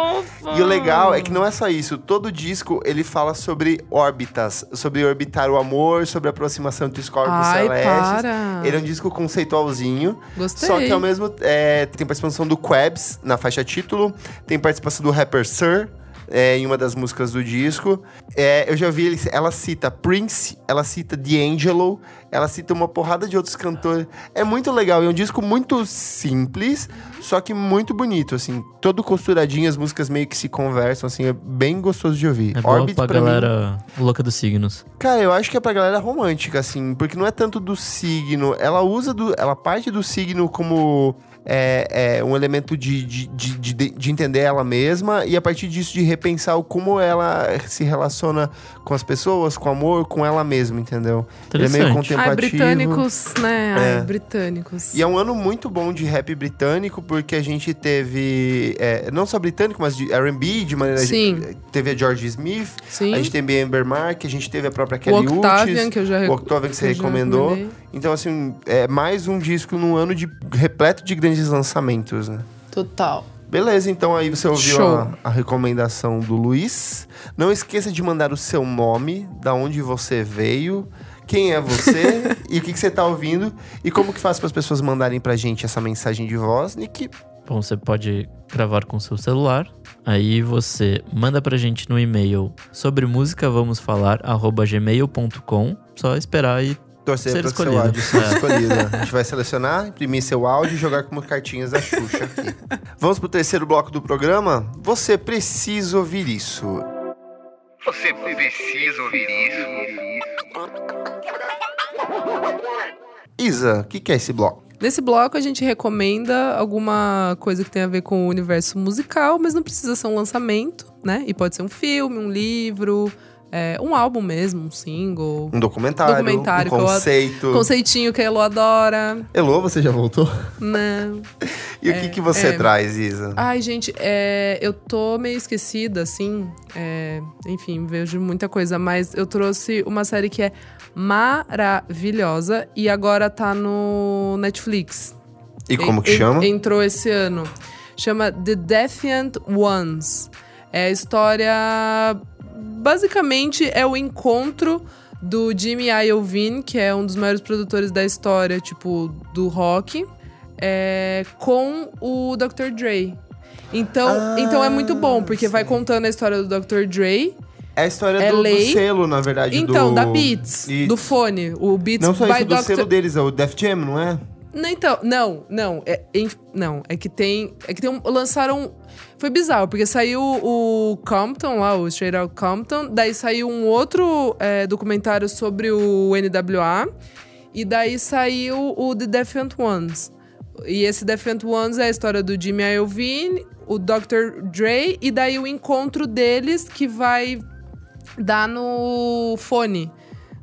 S1: E o legal é
S2: Ah.
S1: que não é só isso. Todo disco ele fala sobre órbitas, sobre orbitar o amor, sobre a aproximação entre os corpos
S2: Ai,
S1: celestes.
S2: para.
S1: Ele é um disco conceitualzinho.
S2: Gostei.
S1: Só que ao mesmo é, tem participação do Quebs na faixa título, tem participação do rapper Sir é, em uma das músicas do disco. É, eu já vi ele- ela cita Prince, ela cita D'Angelo, ela cita uma porrada de outros cantores. É muito legal, é um disco muito simples, só que muito bonito, assim, todo costuradinho, as músicas meio que se conversam, assim, é bem gostoso de ouvir.
S3: É boa
S1: Orbit,
S3: pra
S1: pra mim,
S3: galera louca dos signos.
S1: Cara, eu acho que é pra galera romântica, assim, porque não é tanto do signo. Ela usa do. Ela parte do signo como é, é um elemento de, de, de, de, de entender ela mesma e a partir disso de repensar o como ela se relaciona com as pessoas, com o amor, com ela mesma, entendeu? Ele é meio
S3: Interessante.
S2: Ai,
S1: contemplativo.
S2: britânicos, né? Ai,
S1: É.
S2: britânicos.
S1: E é um ano muito bom de rap britânico, porque a gente teve, é, não só britânico, mas de R&B, de maneira...
S2: Sim.
S1: Teve a George Smith,
S2: Sim.
S1: a gente teve a Amber Mark, a gente teve a própria
S2: o
S1: Kelly
S2: Octavian,
S1: Uchis.
S2: que É, eu já
S1: O Octavian que você recomendou. Então, assim, é mais um disco num ano de, repleto de grandes lançamentos, né?
S2: Total.
S1: Beleza, então aí você ouviu
S2: Show.
S1: a, a recomendação do Luiz. Não esqueça de mandar o seu nome, da onde você veio, quem é você e o que, que você tá ouvindo. E como que faz para as pessoas mandarem pra gente essa mensagem de voz, Nick?
S3: Bom, você pode gravar com seu celular. Aí você manda pra gente no e-mail sobre música vamos falar arroba gmail.com. Só esperar e
S1: Torcer
S3: Ser
S1: para o seu
S3: escolhido.
S1: áudio ser
S3: É.
S1: escolhido. A gente vai selecionar, imprimir seu áudio e jogar como cartinhas da Xuxa aqui. Vamos pro terceiro bloco do programa? Você precisa ouvir isso.
S6: Você precisa ouvir isso.
S1: Isa, o que, que é esse bloco?
S2: Nesse bloco a gente recomenda alguma coisa que tem a ver com o universo musical, mas não precisa ser um lançamento, né? E pode ser um filme, um livro, é, um álbum mesmo, um single.
S1: Um documentário,
S2: Documentário,
S1: um
S2: que eu ad-
S1: conceito.
S2: Conceitinho que a Elo adora,
S1: Elô, você já voltou?
S2: né?
S1: E o que, que você
S2: é.
S1: traz, Isa?
S2: Ai, gente, é, eu tô meio esquecida, assim. é, enfim, vejo muita coisa, mas eu trouxe uma série que é maravilhosa e agora tá no Netflix.
S1: E como que
S2: En-
S1: chama?
S2: Entrou esse ano. Chama The Defiant Ones. É a história. Basicamente, é o encontro do Jimmy Iovine, que é um dos maiores produtores da história, tipo, do rock, é, com o Dr. Dre. Então,
S1: Ah,
S2: então é muito bom, porque vai
S1: sim.
S2: contando a história do Dr. Dre.
S1: É a história
S2: é
S1: do, do
S2: lei.
S1: selo, na verdade.
S2: Então,
S1: do...
S2: da Beats,
S1: Isso.
S2: do fone. O Beats
S1: Não só
S2: by
S1: isso, do
S2: Dr.
S1: selo deles, é o Def Jam, não é?
S2: Não, então, não, não, é, em- não, é que tem, é que tem um, lançaram, foi bizarro, porque saiu o Compton lá, o Straight Out Compton, daí saiu um outro é, documentário sobre o NWA, e daí saiu o The Defiant Ones. E esse Defiant Ones é a história do Jimmy Iovine, o Dr. Dre, e daí o encontro deles que vai dar no fone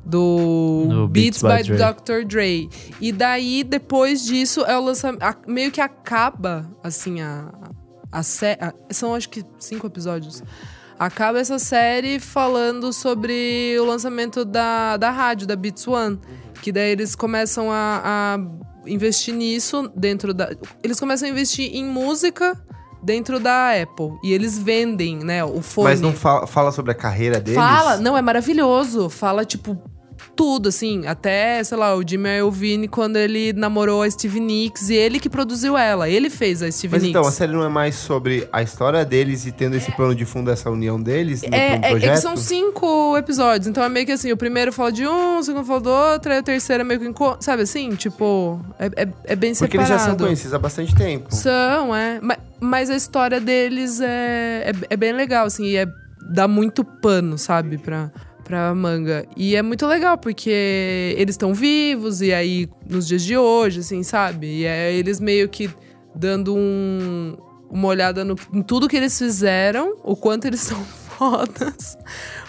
S2: do
S3: No
S2: Beats,
S3: Beats
S2: by,
S3: by Dre.
S2: Dr. Dre. E daí, depois disso, é o lançamento. a- Meio que acaba, assim, a, a série. São acho que cinco episódios. Acaba essa série falando sobre o lançamento da, da rádio, da Beats One. Que daí eles começam a, a investir nisso dentro da. Eles começam a investir em música dentro da Apple. E eles vendem, né? O fone.
S1: Mas não fa- fala sobre a carreira deles?
S2: Fala, não, é maravilhoso. Fala, tipo, tudo, assim. Até, sei lá, o Jimmy Iovine, quando ele namorou a Steve Nicks. E ele que produziu ela. Ele fez a Steve
S1: Mas
S2: Nicks.
S1: então, a série não é mais sobre a história deles e tendo esse plano de fundo, essa união deles no
S2: É,
S1: pro
S2: é, é
S1: um projeto?
S2: que são cinco episódios. Então é meio que assim, o primeiro fala de um, o segundo fala do outro, aí o terceiro é meio que encontro. Sabe assim? Tipo, é, é- é bem
S1: Porque eles
S2: separado.
S1: já são conhecidos há bastante tempo.
S2: São, é. Ma- Mas a história deles é, é, é bem legal, assim, e é, dá muito pano, sabe, pra, pra manga. E é muito legal, porque eles estão vivos, e aí, nos dias de hoje, assim, sabe? E é eles meio que dando um, uma olhada no, em tudo que eles fizeram, o quanto eles são fodas,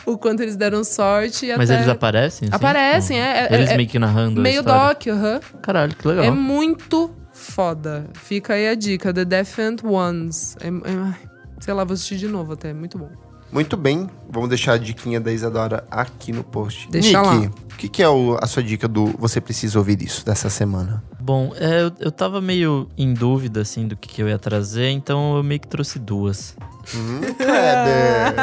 S2: o quanto eles deram sorte. E
S3: Mas
S2: até
S3: eles aparecem? assim?
S2: Aparecem,
S3: Tipo,
S2: é, é,
S3: Eles
S2: é-
S3: meio que narrando a
S2: Meio
S3: história.
S2: doc, aham.
S3: Caralho, que legal.
S2: É muito foda. Fica aí a dica, The Defiant Ones. É- é- ai, sei lá, vou assistir de novo até, é muito bom.
S1: Muito bem, vamos deixar a diquinha da Isadora aqui no post.
S2: Deixa
S1: Nick, o que, que é o- a sua dica do Você Precisa Ouvir Isso dessa semana?
S3: Bom, é, eu, eu tava meio em dúvida, assim, do que, que eu ia trazer, então eu meio que trouxe duas.
S1: Hum, Kleber.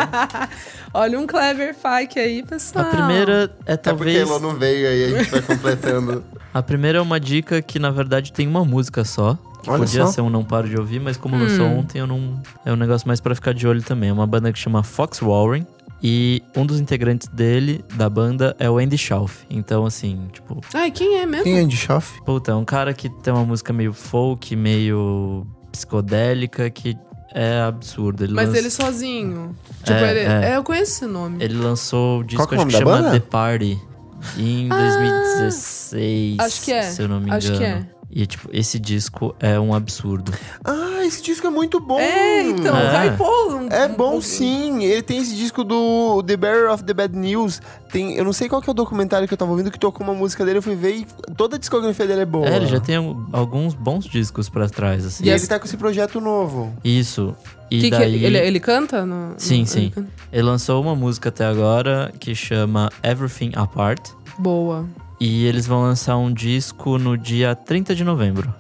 S2: Olha um clever fake aí,
S3: A
S2: pessoal.
S3: primeira é
S1: É porque
S3: talvez...
S1: ela não veio aí, a gente vai completando.
S3: A primeira é uma dica que, na verdade, tem uma música só. Que
S1: Olha
S3: podia
S1: só.
S3: ser um Não Paro de Ouvir, mas como lançou ontem, eu não... É um negócio mais pra ficar de olho também. É uma banda que chama Fox Warren. E um dos integrantes dele, da banda, é o Andy Schauf. Então, assim, tipo...
S2: Ai, quem é mesmo?
S1: Quem é de Schaff?
S3: Puta, é um cara que tem uma música meio folk, meio psicodélica, que é absurdo. Ele
S2: Mas
S3: lança-
S2: ele sozinho. Tipo,
S3: É,
S2: ele-
S3: é.
S2: é, eu conheço esse nome.
S3: Ele lançou o disco
S1: que é o
S3: acho
S1: nome
S3: que
S1: da
S3: chama
S1: banda?
S3: The Party. Em 2016.
S2: Ah, acho que é,
S3: Se eu não me engano.
S2: Acho que é.
S3: E, tipo, esse disco é um absurdo.
S1: Ah, esse disco é muito bom.
S2: É, então,
S3: É.
S2: vai pôr um.
S1: É
S2: um
S1: bom
S2: pouquinho.
S1: sim, ele tem esse disco do The Bearer of the Bad News. Tem, eu não sei qual que é o documentário que eu tava ouvindo que tocou uma música dele, eu fui ver e toda a discografia dele é boa.
S3: É, ele já tem al- alguns bons discos pra trás, assim.
S1: E
S2: E
S1: ele
S2: esse-
S1: tá com esse projeto novo.
S3: Isso. E
S2: Que que
S3: daí,
S2: ele, é?
S3: ele,
S2: ele canta? No,
S3: Sim,
S2: no-
S3: sim.
S2: ele canta?
S3: lançou uma música até agora que chama Everything Apart.
S2: Boa.
S3: E eles vão lançar um disco no dia 30 de novembro.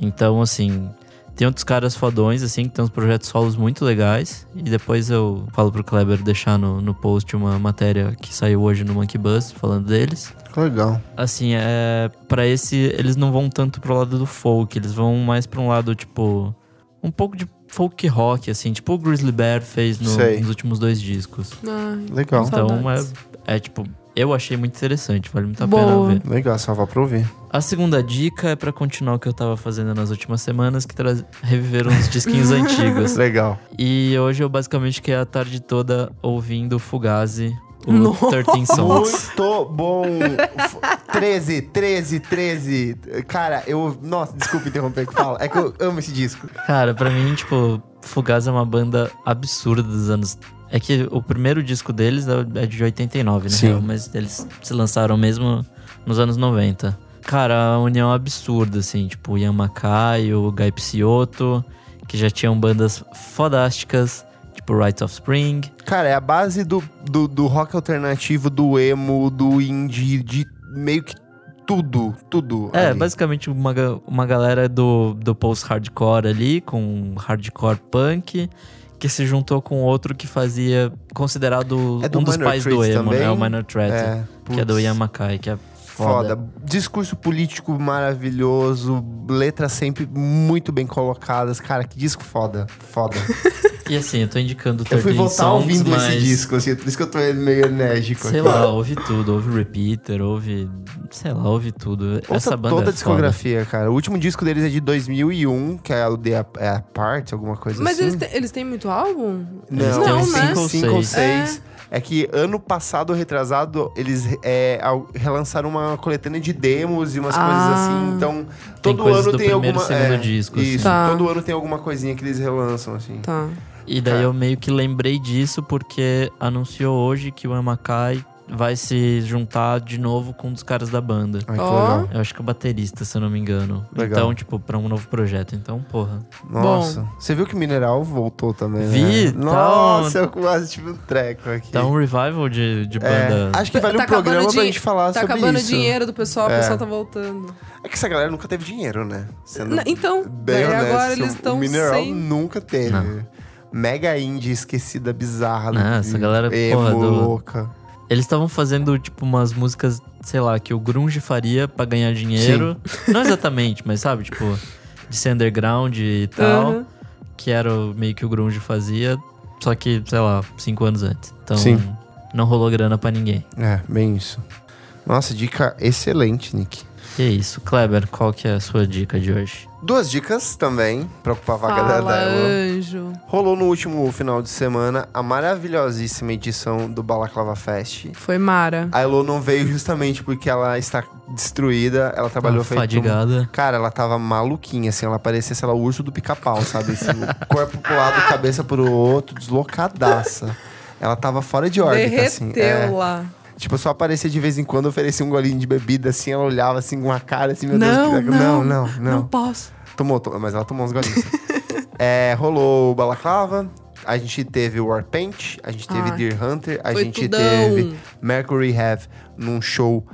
S3: Então, assim, tem outros caras fodões, assim, que tem uns projetos solos muito legais. E depois eu falo pro Kleber deixar no, no post uma matéria que saiu hoje no Monkey Bus falando deles.
S1: Legal.
S3: Assim, é. Pra esse, eles não vão tanto pro lado do folk, eles vão mais pra um lado, tipo. Um pouco de folk rock, assim, tipo o Grizzly Bear fez no-
S1: Sei.
S3: nos últimos dois discos.
S2: Ai,
S1: Legal.
S3: Então
S2: Saudades.
S3: é, é tipo, eu achei muito interessante, vale muito a
S2: Boa.
S3: pena ver.
S1: Legal, salvar pra ouvir.
S3: A segunda dica é pra continuar o que eu tava fazendo nas últimas semanas, que traz- reviveram uns disquinhos antigos.
S1: Legal.
S3: E hoje eu basicamente fiquei a tarde toda ouvindo Fugazi, o
S2: Nossa.
S3: 13 Songs.
S1: Muito bom. F- 13, 13, 13. Cara, eu. Nossa, desculpa interromper o que fala. É que eu amo esse disco.
S3: Cara, pra mim, tipo, Fugazi é uma banda absurda dos anos. É que o primeiro disco deles é de 89, né?
S1: Sim.
S3: Mas eles se lançaram mesmo nos anos 90. Cara, a união é absurda, assim, tipo, o Ian Mackay, o Guy Picciotto, que já tinham bandas fodásticas, tipo Rites of Spring.
S1: Cara, é a base do, do, do rock alternativo, do emo, do indie, de meio que tudo. Tudo.
S3: É,
S1: ali.
S3: basicamente uma, ga- uma galera do, do post-hardcore ali, com hardcore punk, que se juntou com outro que fazia, considerado
S1: É do
S3: um dos
S1: Minor
S3: pais do
S1: Threat
S3: emo, né? O
S1: também.
S3: Minor Threat,
S1: É,
S3: que é do
S1: putz,
S3: Yamakai, que é
S1: Foda.
S3: foda.
S1: Discurso político maravilhoso, letras sempre muito bem colocadas. Cara, que disco foda. Foda.
S3: E assim, eu tô indicando
S1: Eu
S3: 13
S1: fui voltar
S3: songs,
S1: ouvindo
S3: mas...
S1: esse disco, assim, por isso que eu tô meio enérgico
S3: Sei
S1: aqui.
S3: lá, ouve tudo, ouve Repeater, ouve. Sei lá, ouve tudo.
S1: Ouça
S3: Essa banda
S1: toda
S3: é
S1: a discografia, cara. O último disco deles é de 2001, que é o The Ap- é Apart, alguma coisa
S2: Mas
S1: assim.
S2: eles, têm- eles têm muito álbum?
S3: Eles
S1: Não,
S2: têm
S1: eles
S2: um
S1: têm
S2: cinco
S3: ou
S1: cinco ou
S2: seis.
S1: seis. É. que ano passado, retrasado, eles é, ao- relançaram uma coletânea de demos e umas
S2: Ah.
S1: coisas assim. Então,
S3: Tem
S1: todo
S3: coisas
S1: ano
S3: do
S1: tem
S3: primeiro e
S1: alguma.
S3: segundo
S1: é,
S3: disco, assim.
S1: Isso,
S2: Tá.
S1: todo ano tem alguma coisinha que eles relançam, assim.
S2: Tá.
S3: E daí
S1: Cara.
S3: eu meio que lembrei disso porque anunciou hoje que o Amakai vai se juntar de novo com um dos caras da banda.
S1: Ai, que
S2: Ó.
S1: legal.
S3: Eu acho que é o baterista, se eu não me engano.
S1: Legal.
S3: Então, tipo, pra um novo projeto. Então, porra.
S1: Nossa. Você viu que o Mineral voltou também,
S3: Vi,
S1: né?
S3: tá
S1: Nossa, eu quase tive um treco aqui.
S3: Tá um revival de, de
S1: É,
S3: banda.
S1: acho que vale
S2: Tá
S1: um programa
S2: acabando
S1: pra
S2: de-
S1: gente falar
S2: Tá
S1: sobre
S2: acabando
S1: isso.
S2: o dinheiro do pessoal,
S1: É.
S2: o pessoal tá voltando.
S1: É que essa galera nunca teve dinheiro, né? Sendo
S2: Na- então,
S1: bem
S2: daí
S1: honesto,
S2: agora eles
S1: o
S2: estão
S1: Mineral
S2: sem.
S1: nunca teve.
S3: Não.
S1: Mega indie, esquecida, bizarra. hum,
S3: Ah, essa galera,
S1: emo,
S3: porra, do-
S1: louca.
S3: Eles estavam fazendo, tipo, umas músicas, sei lá, que o Grunge faria pra ganhar dinheiro. Não exatamente, mas sabe, tipo, de ser underground
S1: Uhum.
S3: e tal.
S2: Aham.
S3: Que era o- meio que o Grunge fazia. Só que, sei lá, cinco anos antes. Então,
S1: Sim.
S3: não rolou grana pra ninguém.
S1: É, bem isso. Nossa, dica excelente, Nick.
S3: E é isso. Kleber, qual que é a sua dica de hoje?
S1: Duas dicas também, pra ocupar a vaga da-
S2: Fala,
S1: da Elo.
S2: anjo.
S1: Rolou no último final de semana a maravilhosíssima edição do Balaclava Fest.
S2: Foi Mara.
S1: A Elo não veio justamente porque ela está destruída, ela trabalhou
S3: Tá
S1: feito um
S3: fadigada.
S1: Cara, ela tava maluquinha, assim, ela parecia, sei lá, o urso do pica-pau, sabe? Assim, o corpo pro lado, cabeça pro outro, deslocadaça. Ela tava fora de órbita,
S2: Derreteu
S1: assim. é.
S2: lá.
S1: tipo, eu só aparecia de vez em quando, oferecia um golinho de bebida, assim, ela olhava assim com uma cara, assim, meu
S2: Não,
S1: Deus, que legal.
S2: não,
S1: não, não, não.
S2: Não posso.
S1: Tomou, tomou, mas ela tomou uns golinhos. é, rolou o Balaclava, a gente teve o Warpaint, a gente teve
S2: Ah,
S1: Deer Hunter, a
S2: foi
S1: gente
S2: tudão.
S1: teve Mercury Have num show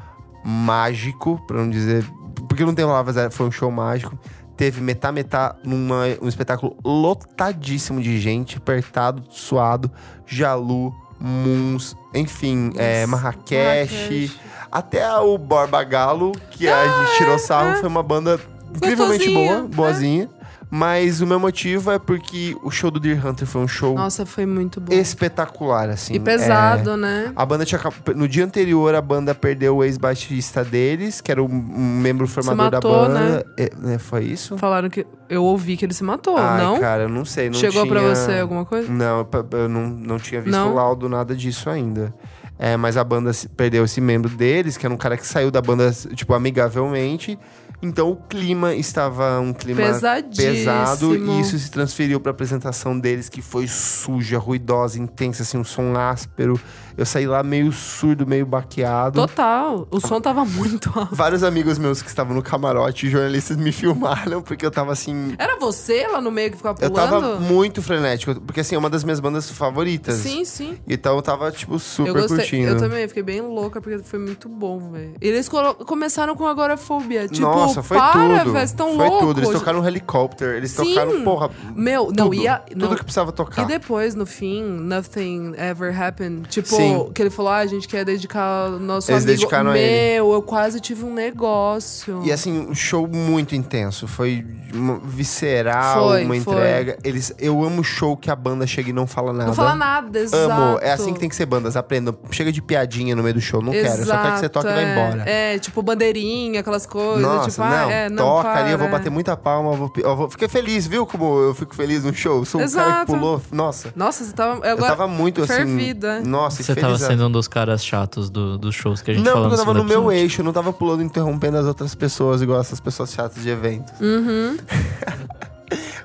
S1: mágico, pra não dizer. Porque não tem palavras, é, foi um show mágico. Teve metá metá numa um espetáculo lotadíssimo de gente, apertado, suado, Jalu, Muns, enfim, é, Marrakech,
S2: Marrakech.
S1: até o Borba Galo, que é a gente tirou sarro, foi uma banda incrivelmente
S2: Ah, Gostosinha, né?
S1: boa, boazinha. Mas o meu motivo é porque o show do Deer Hunter foi um show
S2: Nossa, foi muito bom.
S1: espetacular, assim.
S2: e pesado, né?
S1: É, a banda tinha. acab- No dia anterior, a banda perdeu o ex-baixista deles, que era um, um membro formador
S2: matou,
S1: da banda. É, né, foi isso?
S2: Falaram que. Eu ouvi que ele se matou,
S1: Ai,
S2: não?
S1: cara, eu não sei. Não
S2: Chegou pra
S1: tinha- um
S2: você alguma coisa?
S1: Não, pa- eu não, não tinha visto
S2: Não?
S1: o laudo, nada disso ainda. É, mas a banda se- perdeu esse membro deles, que era um cara que saiu da banda, tipo, amigavelmente. Então o clima estava um clima
S2: Pesadíssimo.
S1: pesado e isso se transferiu para a apresentação deles que foi suja, ruidosa, intensa, assim, um som áspero. Eu saí lá meio surdo, meio baqueado.
S2: Total. O som tava muito alto.
S1: Vários amigos meus que estavam no camarote, jornalistas me filmaram porque eu tava assim,
S2: Era você lá no meio que ficava
S1: eu
S2: pulando?
S1: tava muito frenético, porque assim, é uma das minhas bandas favoritas.
S2: Sim, sim.
S1: Então eu tava tipo super
S2: Eu gostei.
S1: curtindo.
S2: Eu também fiquei bem louca, porque foi muito bom, velho. Eles colo- começaram com agorafobia. Tipo,
S1: Nossa, foi
S2: para,
S1: tudo.
S2: velho, vocês tão
S1: foi
S2: loucos.
S1: tudo. Eles tocaram um helicóptero, eles
S2: Sim.
S1: tocaram, porra.
S2: Meu, não,
S1: tudo,
S2: ia.
S1: Tudo
S2: Não.
S1: que precisava
S2: E
S1: tocar.
S2: depois, no fim, nothing ever happened. Tipo,
S1: Sim.
S2: que ele falou, ah, a gente quer dedicar o nosso
S1: Eles
S2: amigo.
S1: dedicaram a
S2: Meu,
S1: ele.
S2: eu quase tive um negócio.
S1: E assim, um show muito intenso. Foi uma- visceral,
S2: Foi,
S1: uma
S2: foi.
S1: entrega. Eles, eu amo show que a banda chega e não fala nada.
S2: Não fala nada, exato.
S1: né? Amo. É assim que tem que ser bandas. Aprendam. Chega de piadinha no meio do show. Não quero. Eu só quero que você toque e
S2: Exato,
S1: vá
S2: é.
S1: embora.
S2: É, tipo bandeirinha, aquelas coisas.
S1: Nossa,
S2: tipo,
S1: não,
S2: ah, é, não.
S1: toca
S2: para.
S1: ali, eu vou bater muita palma, eu vou, eu vou- Fiquei feliz, viu como eu fico feliz no show? Eu sou um cara que
S2: Exato.
S1: pulou, nossa.
S2: Nossa, você tava. Agora,
S1: eu tava muito assim,
S2: fervida.
S1: nossa,
S3: Você
S1: que
S3: tava
S1: feliz. né?
S3: sendo um dos caras chatos do- dos shows que a gente
S1: não,
S3: falou
S1: porque eu tava no
S3: segundo
S1: meu
S3: episódio.
S1: eixo, eu não tava pulando, interrompendo as outras pessoas, igual essas pessoas chatas de evento.
S2: Uhum.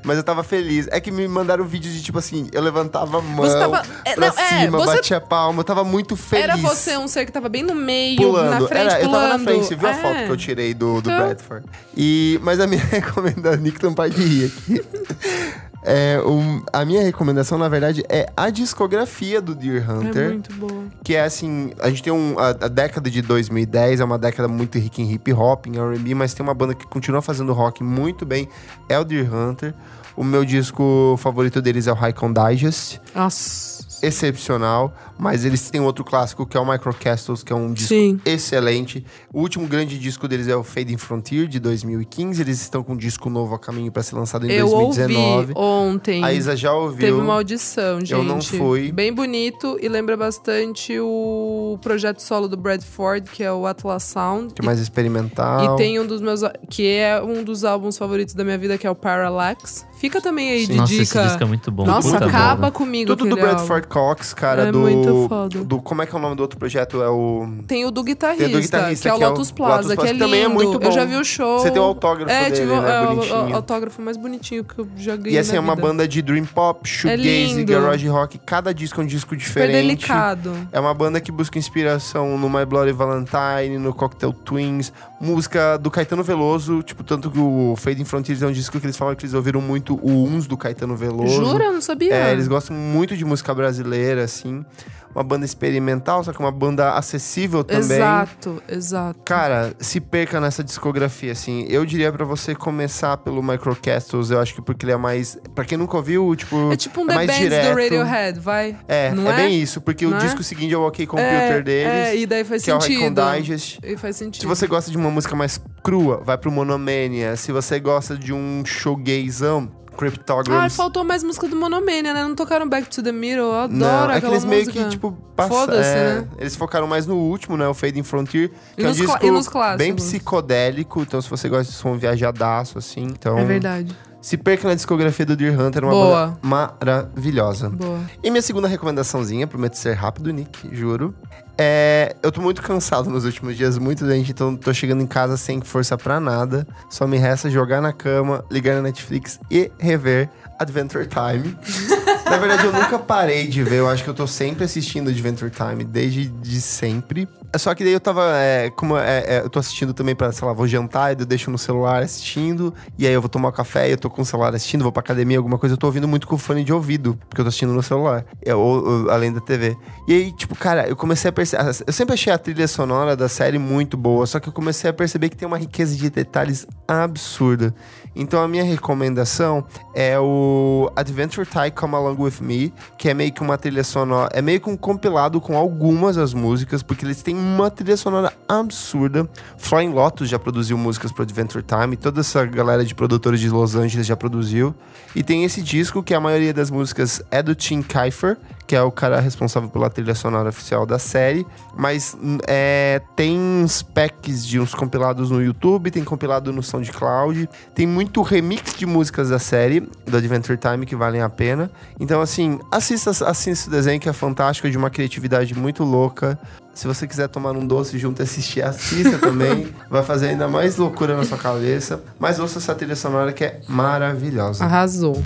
S1: Mas eu tava feliz. É que me mandaram vídeos de tipo assim, eu levantava a mão
S2: Você tava. É,
S1: pra
S2: não, é,
S1: cima,
S2: você-
S1: batia palma, eu tava muito feliz.
S2: Era você um ser que tava bem no meio,
S1: pulando.
S2: na frente,
S1: Era, eu
S2: pulando.
S1: tava na frente, você viu a
S2: É.
S1: foto que eu tirei do, do
S2: Então.
S1: Bradford. E, mas a minha recomendação, Nick um Tampadinha aqui. É, um- a minha recomendação, na verdade, é a discografia do Deer
S2: É
S1: Hunter.
S2: muito boa.
S1: que é assim, a gente tem um, a, a década de 2010 é uma década muito rica em hip hop, em R&B, mas tem uma banda que continua fazendo rock muito bem, é o Deer Hunter. O meu disco favorito deles é o Hycon Digest,
S2: Nossa.
S1: excepcional, mas eles têm outro clássico que é o Microcastles, que é um disco
S2: Sim.
S1: excelente. O último grande disco deles é o Fading Frontier de 2015, eles estão com um disco novo a caminho para ser lançado em
S2: Eu
S1: 2019.
S2: ouvi ontem.
S1: A Isa já ouviu.
S2: Teve uma audição, gente.
S1: Eu não fui.
S2: Bem bonito e lembra bastante o projeto solo do Bradford, que é o Atlas Sound.
S1: que é mais experimental.
S2: E tem um dos meus. que é um dos álbuns favoritos da minha vida, que é o Parallax. Fica também aí de
S3: Nossa,
S2: dica.
S3: esse disco é muito bom.
S2: Nossa,
S3: puta
S2: acaba
S3: bola.
S2: comigo.
S1: Tudo do
S2: aquele álbum.
S1: Bradford Cox, cara,
S2: É
S1: do,
S2: muito foda.
S1: do. Como é que é o nome do outro projeto? É o.
S2: Tem o do guitarrista,
S1: Tem do guitarrista,
S2: que é o Lotus Plaza,
S1: Lotus
S2: que é
S1: Plaza,
S2: lindo.
S1: que também é muito bom.
S2: Eu já vi o show.
S1: Você tem o autógrafo
S2: é,
S1: dele,
S2: tive o-
S1: né?
S2: é, o-
S1: Bonitinho.
S2: o autógrafo mais bonitinho que eu já ganhei
S1: E assim,
S2: na
S1: é uma
S2: vida. É
S1: banda de dream pop, shoegaze,
S2: lindo.
S1: garage rock. Cada disco é um disco
S2: Super
S1: diferente.
S2: delicado.
S1: É uma banda que busca inspiração no My Bloody Valentine, no Cocktail Twins, música do Caetano Veloso, tipo, tanto que o Fade in Frontiers é um disco que eles falam que eles ouviram muito o Uns do Caetano Veloso.
S2: Jura? Eu não sabia.
S1: É, eles gostam muito de música brasileira, assim. Uma banda experimental, só que uma banda acessível também.
S2: Exato, exato.
S1: Cara, se perca nessa discografia, assim. Eu diria pra você começar pelo Microcastles, eu acho que porque ele é mais. Pra quem nunca ouviu, tipo.
S2: É tipo um
S1: é
S2: The
S1: mais
S2: Bands
S1: direto.
S2: do Radiohead, vai.
S1: É,
S2: Não
S1: é,
S2: é?
S1: bem isso, porque o
S2: Não é?
S1: disco seguinte é o OK Computer
S2: é,
S1: deles,
S2: É, e daí
S1: que
S2: faz
S1: é o
S2: sentido.
S1: Recon Digest.
S2: e faz
S1: Se
S2: sentido.
S1: você gosta de uma música mais crua, vai pro Monomania. Se você gosta de um showgayzão,
S2: Ah,
S1: Cryptograms.
S2: faltou mais música do Monomania, né? Não tocaram Back to the Middle. Eu adoro
S1: Não, é que
S2: aquela
S1: eles
S2: música.
S1: meio que, tipo, passam.
S2: Foda-se,
S1: É,
S2: né?
S1: Eles focaram mais no último, né? O Fade in Frontier. Que
S2: E
S1: é um
S2: nos cla-
S1: disco
S2: e nos clássicos.
S1: bem psicodélico. Então, se você gosta de som viajadaço, assim, então.
S2: É verdade.
S1: Se perca na discografia do Deer Hunter, uma
S2: Boa.
S1: banda maravilhosa.
S2: Boa.
S1: E minha segunda recomendaçãozinha, prometo ser rápido, Nick, juro. É, eu tô muito cansado nos últimos dias, muito doente, então tô chegando em casa sem força pra nada. Só me resta jogar na cama, ligar na Netflix e rever Adventure Time. na verdade, eu nunca parei de ver, eu acho que eu tô sempre assistindo Adventure Time, desde de sempre. É Só que daí eu tava, é, como é, é, eu tô assistindo também pra, sei lá, vou jantar, eu deixo no celular assistindo, e aí eu vou tomar um café, eu tô com o celular assistindo, vou pra academia, alguma coisa, eu tô ouvindo muito com fone de ouvido, porque eu tô assistindo no celular, é, ou- ou além da TV. E aí, tipo, cara, eu comecei a perceber. Eu sempre achei a trilha sonora da série muito boa, só que eu comecei a perceber que tem uma riqueza de detalhes absurda. Então a minha recomendação é o Adventure Time Come Along With Me, que é meio que uma trilha sonora, é meio que um compilado com algumas das músicas, porque eles têm uma trilha sonora absurda. Flying Lotus já produziu músicas pro Adventure Time, toda essa galera de produtores de Los Angeles já produziu. E tem esse disco que a maioria das músicas é do Tim Kiefer, que é o cara responsável pela trilha sonora oficial da série. Mas n- é, tem uns packs de uns compilados no YouTube, tem compilado no SoundCloud, tem muito remix de músicas da série, do Adventure Time, que valem a pena. Então, assim, assista, assista esse desenho que é fantástico, é de uma criatividade muito louca. Se você quiser tomar um doce junto e assistir, assista também. Vai fazer ainda mais loucura na sua cabeça. Mas ouça essa trilha sonora que é maravilhosa.
S2: Arrasou.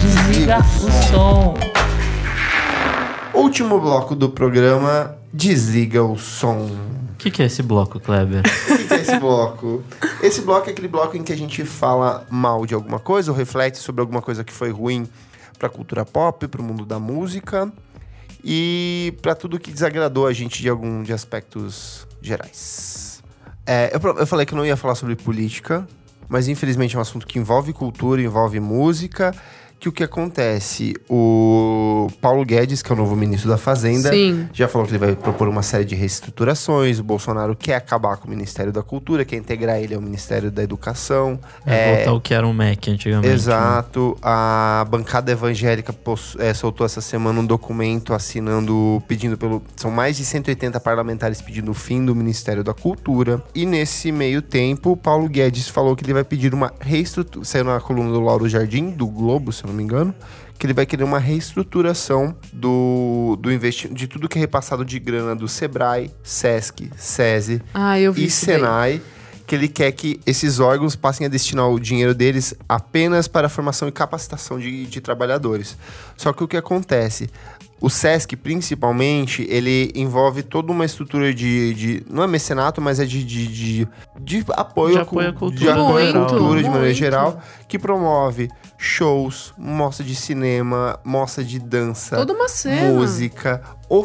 S4: Desliga o som.
S1: Último bloco do programa, desliga o som.
S3: O que, que é esse bloco, Kleber?
S1: O que que é esse bloco? Esse bloco é aquele bloco em que a gente fala mal de alguma coisa ou reflete sobre alguma coisa que foi ruim pra cultura pop, pro mundo da música e pra tudo que desagradou a gente de algum de aspectos gerais. É, eu, pro- eu falei que eu não ia falar sobre política, mas infelizmente é um assunto que envolve cultura, envolve música. Que o que acontece? O Paulo Guedes, que é o novo ministro da Fazenda,
S2: Sim.
S1: já falou que ele vai propor uma série de reestruturações. O Bolsonaro quer acabar com o Ministério da Cultura, quer integrar ele ao Ministério da Educação.
S3: É, voltar o que era um Mac antigamente.
S1: Exato. A bancada evangélica pos- eh, soltou essa semana um documento assinando, pedindo pelo. São mais de 180 parlamentares pedindo o fim do Ministério da Cultura. E nesse meio tempo, o Paulo Guedes falou que ele vai pedir uma reestruturação. Saiu na coluna do Lauro Jardim, do Globo, se eu não me engano. Que ele vai querer uma reestruturação do, do investi de tudo que é repassado de grana do Sebrae, Sesc, SESI,
S2: Ah, eu vi
S1: e
S2: isso daí.
S1: Senai, que ele quer que esses órgãos passem a destinar o dinheiro deles apenas para a formação e capacitação de, de trabalhadores. Só que o que acontece? O SESC, principalmente, ele envolve toda uma estrutura de. de- não é mecenato, mas é de, de, de, de apoio,
S3: De
S1: à
S3: apoio à
S1: cu-
S3: cultura.
S1: De, apoio à
S2: Muito,
S1: cultura, de maneira
S2: muito.
S1: geral, que promove shows, mostra de cinema, mostra de dança
S2: Toda uma cena.
S1: música,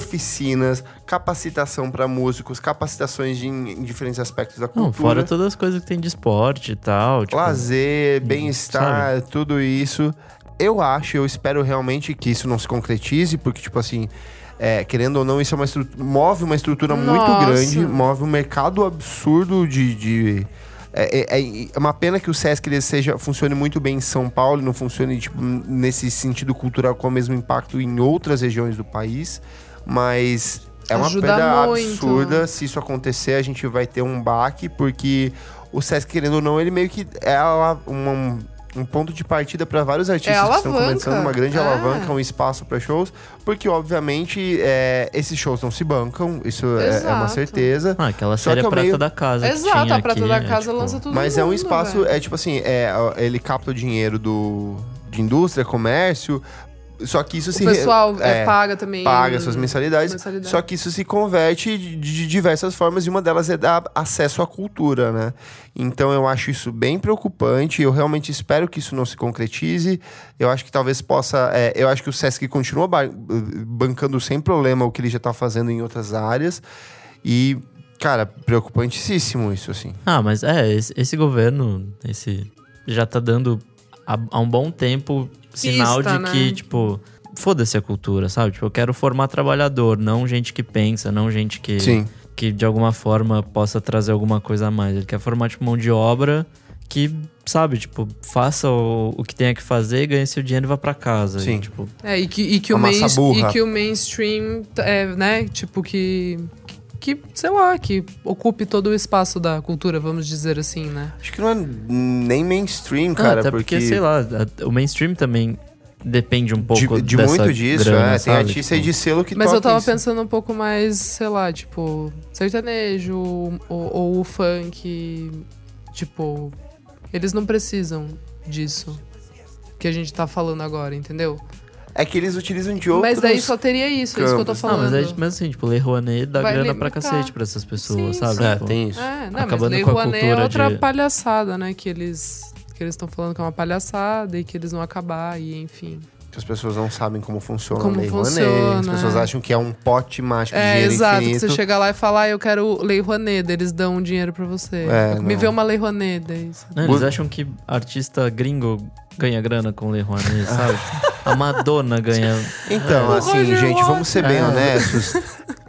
S1: oficinas, capacitação para músicos, capacitações de- em diferentes aspectos da cultura.
S3: Não, fora todas as coisas que tem de esporte e tal. Tipo,
S1: Lazer,
S3: Hum,
S1: bem-estar, tudo isso. Eu acho, eu espero realmente que isso não se concretize, porque, tipo assim, é, querendo ou não, isso é uma estrutura, move uma estrutura muito
S2: Nossa.
S1: grande, move um mercado absurdo de. de- é, é- é- é uma pena que o Sesc ele seja, funcione muito bem em São Paulo e não funcione tipo, nesse sentido cultural com o mesmo impacto em outras regiões do país, mas é uma
S2: Ajuda
S1: perda
S2: muito.
S1: absurda. Se isso acontecer, a gente vai ter um baque, porque o Sesc, querendo ou não, ele meio que é ala- um, um- um ponto de partida para vários artistas
S2: É
S1: que estão
S2: alavanca.
S1: começando, uma grande
S2: É.
S1: alavanca, um espaço para shows, porque obviamente é, esses shows não se bancam, isso é- é uma
S2: Exato.
S1: certeza.
S3: Ah, aquela
S1: Só
S3: série
S1: que
S3: a
S1: ao
S3: Prata
S1: meio-
S3: da Casa. que
S2: Exato,
S3: tinha
S2: a prata
S3: aqui,
S2: da
S3: é,
S2: casa
S3: tipo,
S2: lança tudo
S1: Mas
S2: no
S1: é um
S2: mundo,
S1: espaço,
S2: velho.
S1: é tipo assim, é, ó, ele capta o dinheiro do, de indústria, comércio, só que isso se
S2: O
S1: re-
S2: pessoal é,
S1: é,
S2: paga também.
S1: paga suas mensalidades,
S2: mensalidades.
S1: Só que isso se converte de, de diversas formas e uma delas é dar acesso à cultura, né? Então eu acho isso bem preocupante. Eu realmente espero que isso não se concretize. Eu acho que talvez possa. é, eu acho que o Sesc continua ba- bancando sem problema o que ele já tá fazendo em outras áreas. E, cara, preocupantíssimo isso, assim.
S3: Ah, mas é, esse, esse governo, esse já tá dando há, há um bom tempo sinal
S2: Pista,
S3: de
S2: né?
S3: que, tipo, foda-se a cultura, sabe? Tipo, eu quero formar trabalhador, não gente que pensa, não gente que,
S1: Sim.
S3: que de alguma forma possa trazer alguma coisa a mais. Ele quer formar, tipo, mão de obra que, sabe, tipo, faça o, o que tenha que fazer, ganhe seu dinheiro e vá pra casa.
S1: Sim.
S3: E, tipo,
S2: É, e que, e que, o,
S1: A massa
S2: main,
S1: burra.
S2: e que o mainstream, é, né, tipo que... Que, sei lá, que ocupe todo o espaço da cultura, vamos dizer assim, né?
S1: Acho que não é nem mainstream,
S3: ah,
S1: cara,
S3: até porque, sei lá, a- o mainstream também depende um pouco
S1: de, de
S3: dessa
S1: muito disso,
S3: grana,
S1: é.
S3: sabe?
S1: Tem artista aí
S3: Tipo,
S1: de selo que
S2: Mas
S1: toca
S2: eu tava
S1: isso.
S2: pensando um pouco mais, sei lá, tipo, sertanejo ou, ou o funk. Tipo, eles não precisam disso que a gente tá falando agora, entendeu?
S1: É que eles utilizam de outros...
S2: Mas daí só teria isso, é isso que eu tô
S1: campos.
S3: Não,
S2: falando.
S3: mas é tipo, mesmo assim, tipo, Lei Rouanet dá
S2: Vai
S3: grana pra
S2: limitar.
S3: cacete pra essas pessoas,
S2: Sim,
S3: sabe?
S2: sim.
S1: É,
S3: Tipo,
S1: tem isso.
S2: É, não, mas
S3: Acabando
S2: Lei
S3: com a
S2: Rouanet é
S3: cultura
S2: outra
S3: de-
S2: palhaçada, né? Que eles que eles estão falando que é uma palhaçada e que eles vão acabar e enfim.
S1: que as pessoas não sabem como funciona
S2: Como
S1: a lei
S2: funciona,
S1: Rouanet, as
S2: é.
S1: pessoas acham que é um pote mágico de
S2: É,
S1: dinheiro
S2: exato. Que
S1: infinito.
S2: você chega lá e fala, ah, eu quero Lei Rouanet, daí eles dão um dinheiro pra você.
S1: É,
S2: Me
S1: não.
S2: vê uma Lei Rouanet, daí. você-
S3: né, eles
S1: Bu-
S3: acham que artista gringo ganha grana com Lei Rouanet, sabe? A Madonna ganha.
S1: Então,
S2: O é um
S1: assim,
S2: Roger
S1: gente, vamos ser bem
S3: É.
S1: honestos.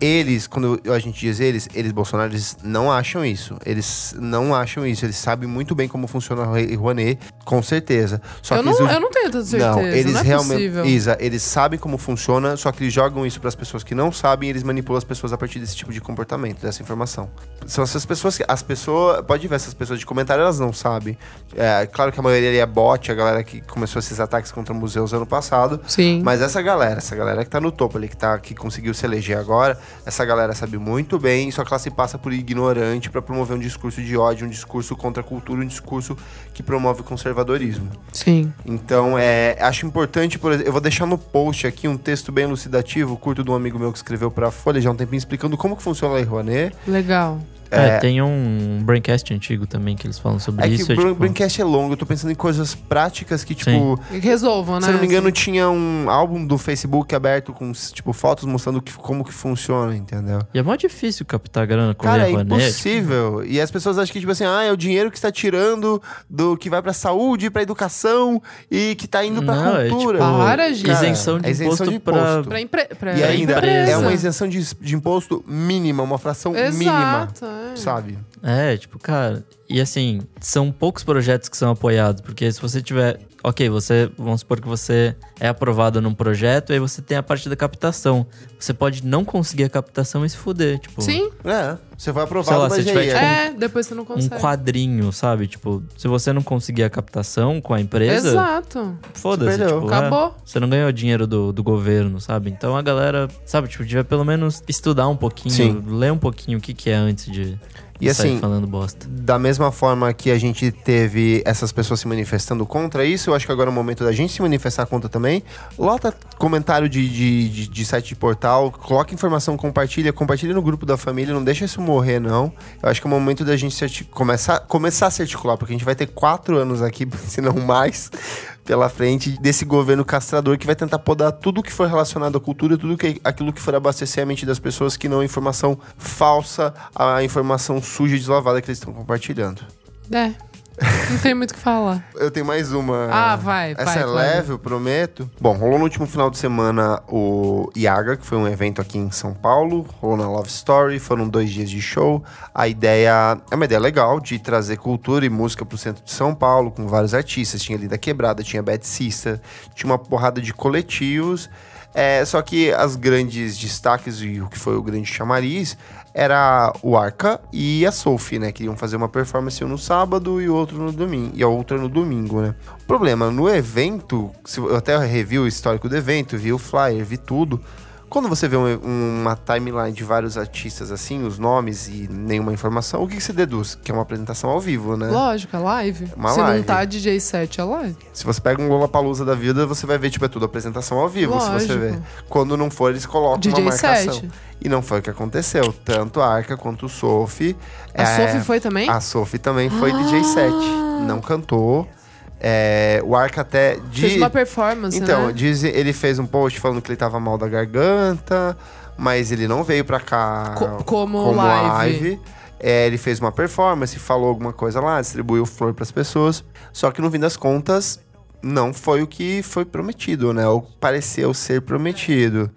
S1: Eles, quando a gente diz eles, eles Bolsonaro, eles não acham isso. Eles não acham isso. Eles sabem muito bem como funciona o Rei Rouanet, com certeza. Só
S2: eu,
S1: que
S2: não,
S1: eles,
S2: eu não tenho tanta certeza. Não,
S1: eles
S2: é
S1: realmente.
S2: possível.
S1: Isa, eles sabem como funciona, só que eles jogam isso para as pessoas que não sabem e eles manipulam as pessoas a partir desse tipo de comportamento, dessa informação. São essas pessoas que. As pessoas. Pode ver, essas pessoas de comentário, elas não sabem. É, claro que a maioria ali é bot, a galera que começou esses ataques contra museus ano passado.
S2: Sim.
S1: Mas essa galera, essa galera que tá no topo ali, que, tá, que conseguiu se eleger agora, essa galera sabe muito bem, só que ela se passa por ignorante para promover um discurso de ódio, um discurso contra a cultura, um discurso que promove o conservadorismo.
S2: Sim.
S1: Então, é, acho importante, por exemplo, eu vou deixar no post aqui um texto bem elucidativo, curto de um amigo meu que escreveu pra Folha já há um tempinho, explicando como que funciona a Lei Rouanet.
S2: Legal.
S3: É,
S1: É.
S3: tem um braincast antigo também que eles falam sobre
S1: É que
S3: isso.
S1: o
S3: é,
S1: Bran-
S3: tipo,
S1: Braincast é longo, eu tô pensando em coisas práticas que, tipo,
S3: Sim.
S2: E Resolvam, né?
S1: Se eu não me engano, tinha um álbum do Facebook aberto com, tipo, fotos mostrando que- como que funciona, entendeu?
S3: E é mó difícil captar grana com
S1: Cara, é
S3: Lei Rouanet. tipo,
S1: impossível. E as pessoas acham que, tipo assim, ah, é o dinheiro que está tirando do que vai pra saúde, pra educação e que tá indo pra
S3: Não, é
S1: cultura.
S3: tipo,
S2: Para, gente.
S3: isenção de
S1: é isenção
S3: imposto
S1: de
S3: pra-
S1: imposto.
S2: Pra, empre... pra
S1: E ainda
S2: empresa.
S1: é uma isenção de, de imposto mínima, uma fração mínima,
S2: Exato, é.
S1: sabe?
S3: É, tipo, cara. E assim, são poucos projetos que são apoiados, porque se você tiver. Ok, você. Vamos supor que você é aprovado num projeto, aí você tem a parte da captação. Você pode não conseguir a captação e se fuder, tipo.
S2: Sim,
S1: É, você foi
S3: Sei
S1: aprovado,
S3: lá,
S1: mas
S3: se
S1: e
S3: tiver,
S1: aí?
S3: tipo,
S2: é. Depois você não
S3: Um
S2: consegue.
S3: quadrinho, sabe? Tipo, se você não conseguir a captação com a empresa,
S2: Exato.
S3: foda-se.
S1: Perdeu.
S3: Tipo, é,
S2: Acabou.
S3: você não ganhou dinheiro do, do governo, sabe? Então a galera, sabe, tipo, devia pelo menos estudar um pouquinho,
S1: Sim.
S3: ler um pouquinho o que, que é antes de
S1: E
S3: sair
S1: assim,
S3: falando bosta.
S1: Da mesma forma que a gente teve essas pessoas se manifestando contra isso, eu acho que agora é o momento da gente se manifestar contra também. Lota comentário de, de, de- de site de portal, coloca informação, compartilha, compartilha no grupo da família, não deixa isso morrer, não. Eu acho que é o momento da gente se arti- começar, começar a se articular, porque a gente vai ter quatro anos aqui, se não mais, pela frente, desse governo castrador que vai tentar podar tudo que for relacionado à cultura, tudo que aquilo que for abastecer a mente das pessoas, que não é informação falsa, a informação suja e deslavada que eles estão compartilhando.
S2: É. Não tem muito o que falar.
S1: Eu tenho mais uma.
S2: Ah, vai,
S1: Essa
S2: vai,
S1: é
S2: claro.
S1: leve, eu prometo. Bom, rolou no último final de semana o Iaga, que foi um evento aqui em São Paulo. Rolou na Love Story, foram dois dias de show. A ideia é uma ideia legal de trazer cultura e música pro centro de São Paulo, com vários artistas. Tinha Lida Quebrada, tinha Bad Sister, tinha uma porrada de coletivos. É, só que as grandes destaques e o que foi o grande chamariz era o Arca e a Sophie, né? Queriam fazer uma performance um no sábado e outro no domingo, e a outra no domingo, né? O problema no evento, se- eu até revi o histórico do evento, vi o flyer, vi tudo. Quando você vê um- uma timeline de vários artistas assim, os nomes e nenhuma informação, o que, que você deduz? Que é uma apresentação ao vivo, né?
S2: Lógico, é live.
S1: Uma
S2: Se
S1: live.
S2: não tá DJ 7, é live.
S1: Se você pega um Lollapalooza da vida, você vai ver, tipo, é tudo apresentação ao vivo, se você
S2: Lógico.
S1: ver. Quando não for, eles colocam uma
S2: DJ
S1: marcação.
S2: 7.
S1: E não foi o que aconteceu. Tanto a Arca quanto o Sophie. é,
S2: A Sophie foi também? Ah.
S1: A Sophie também foi DJ 7. Não cantou. É, o Arca até... De...
S2: Fez uma performance,
S1: Então,
S2: né?
S1: diz, ele fez um post falando que ele tava mal da garganta, mas ele não veio pra cá
S2: Co- como live.
S1: É, ele fez uma performance, falou alguma coisa lá, distribuiu flor pras pessoas. Só que no fim das contas, não foi o que foi prometido, né? Ou pareceu ser prometido.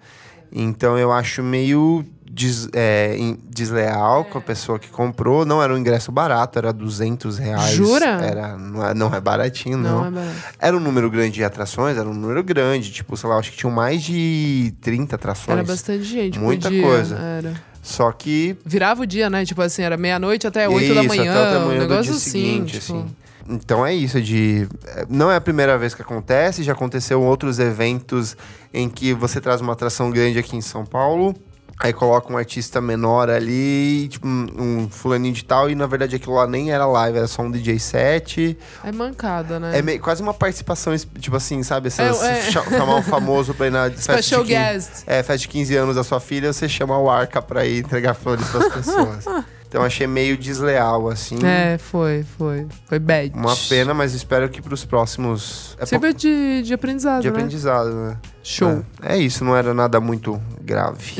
S1: Então eu acho meio des- é, em- desleal
S2: É.
S1: com a pessoa que comprou. Não era um ingresso barato, era 200 reais.
S2: Jura?
S1: Era, não, é, não é baratinho, não.
S2: é barato.
S1: Era um número grande de atrações, era um número grande, tipo, sei lá, acho que tinham mais de 30 atrações.
S2: Era bastante gente. por
S1: Muita
S2: dia,
S1: coisa.
S2: Era.
S1: Só que.
S2: Virava o dia, né? Tipo assim, era meia-noite até 8 da
S1: Isso,
S2: manhã.
S1: até outra manhã
S2: um
S1: do
S2: negócio
S1: dia
S2: assim.
S1: seguinte,
S2: tipo,
S1: assim. Então é isso de. é, Não é a primeira vez que acontece, já aconteceu outros eventos em que você traz uma atração grande aqui em São Paulo. Aí coloca um artista menor ali, tipo, um, um fulaninho de tal, e na verdade aquilo lá nem era live, era só um DJ set.
S2: É mancada, né?
S1: É, meio- quase uma participação, tipo assim, sabe? Essas,
S2: É, é.
S1: cha- Chamar um famoso pra ir na festa de
S2: Special
S1: quem-
S2: guest.
S1: É, festa de 15 anos da sua filha, você chama o Arca pra ir entregar flores pras pessoas. Então achei meio desleal, assim.
S2: É, foi, foi. Foi bad.
S1: Uma pena, mas espero que pros próximos. É
S2: Sempre
S1: pouco
S2: de, de aprendizado,
S1: de
S2: né?
S1: aprendizado, né?
S2: Show.
S1: É, é isso, não era nada muito grave.